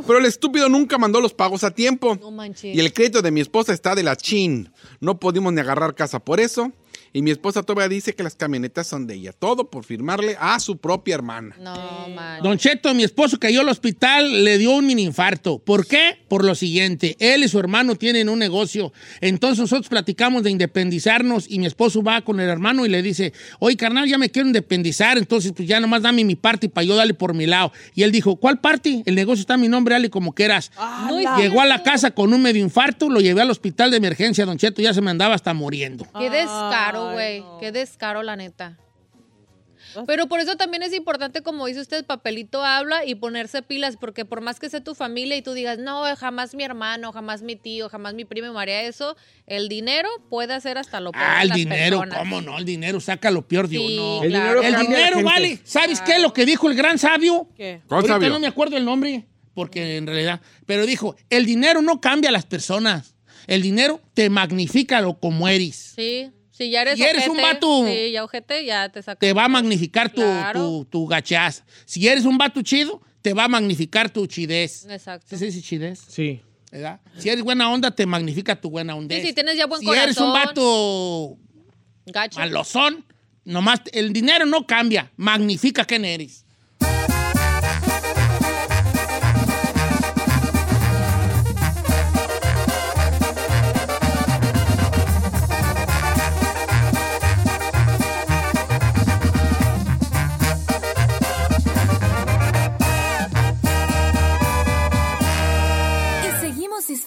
F: Pero el estúpido nunca mandó los pagos a tiempo.
C: No manches.
F: Y el crédito de mi esposa está de la chin. No pudimos ni agarrar casa por eso. Y mi esposa todavía dice que las camionetas son de ella. Todo por firmarle a su propia hermana.
C: No, man.
B: Don Cheto, mi esposo cayó al hospital, le dio un mini infarto. ¿Por qué? Por lo siguiente, él y su hermano tienen un negocio. Entonces nosotros platicamos de independizarnos y mi esposo va con el hermano y le dice, oye carnal, ya me quiero independizar, entonces pues ya nomás dame mi parte para yo darle por mi lado. Y él dijo, ¿cuál parte? El negocio está a mi nombre, dale como quieras.
C: Ah, No, y
B: Llegó a la casa con un medio infarto, lo llevé al hospital de emergencia, Don Cheto ya se me andaba hasta muriendo.
C: Qué descaro,
G: Ay,
C: güey.
G: no.
C: Qué descaro, la neta. Pero por eso también es importante, como dice usted, papelito habla y ponerse pilas, porque por más que sea tu familia y tú digas, no, jamás mi hermano, jamás mi tío, jamás mi primo me haría eso, el dinero puede hacer hasta lo peor.
B: Ah,
C: de
B: el
C: las
B: dinero,
C: personas.
B: ¿cómo no? El dinero saca lo peor de
C: Sí,
B: uno.
D: El
C: claro.
D: dinero
B: El
D: cambia a la
B: dinero,
D: gente.
B: vale. ¿Sabes qué? Lo que dijo el gran sabio.
G: ¿Qué?
F: ¿Cuál
B: Ahorita
F: sabio?
B: no me acuerdo el nombre, porque en realidad. Pero dijo: el dinero no cambia a las personas. El dinero te magnifica lo como eres.
C: Sí, si ya eres
B: Y eres un
C: ojete,
B: vato.
C: Sí, ya ojete, ya te saca.
B: Te va a magnificar tu,
C: Claro.
B: tu, tu gachaz. Si eres un vato chido, te va a magnificar tu chidez.
C: Exacto.
B: ¿Sí se dice chidez?
D: Sí.
B: ¿Verdad? Si eres buena onda, te magnifica tu buena onda.
C: Sí, si tienes ya buen
B: Si eres un
C: corazón.
B: vato
C: Gacho.
B: malosón, nomás el dinero no cambia, magnifica quién eres.
E: Y seguimos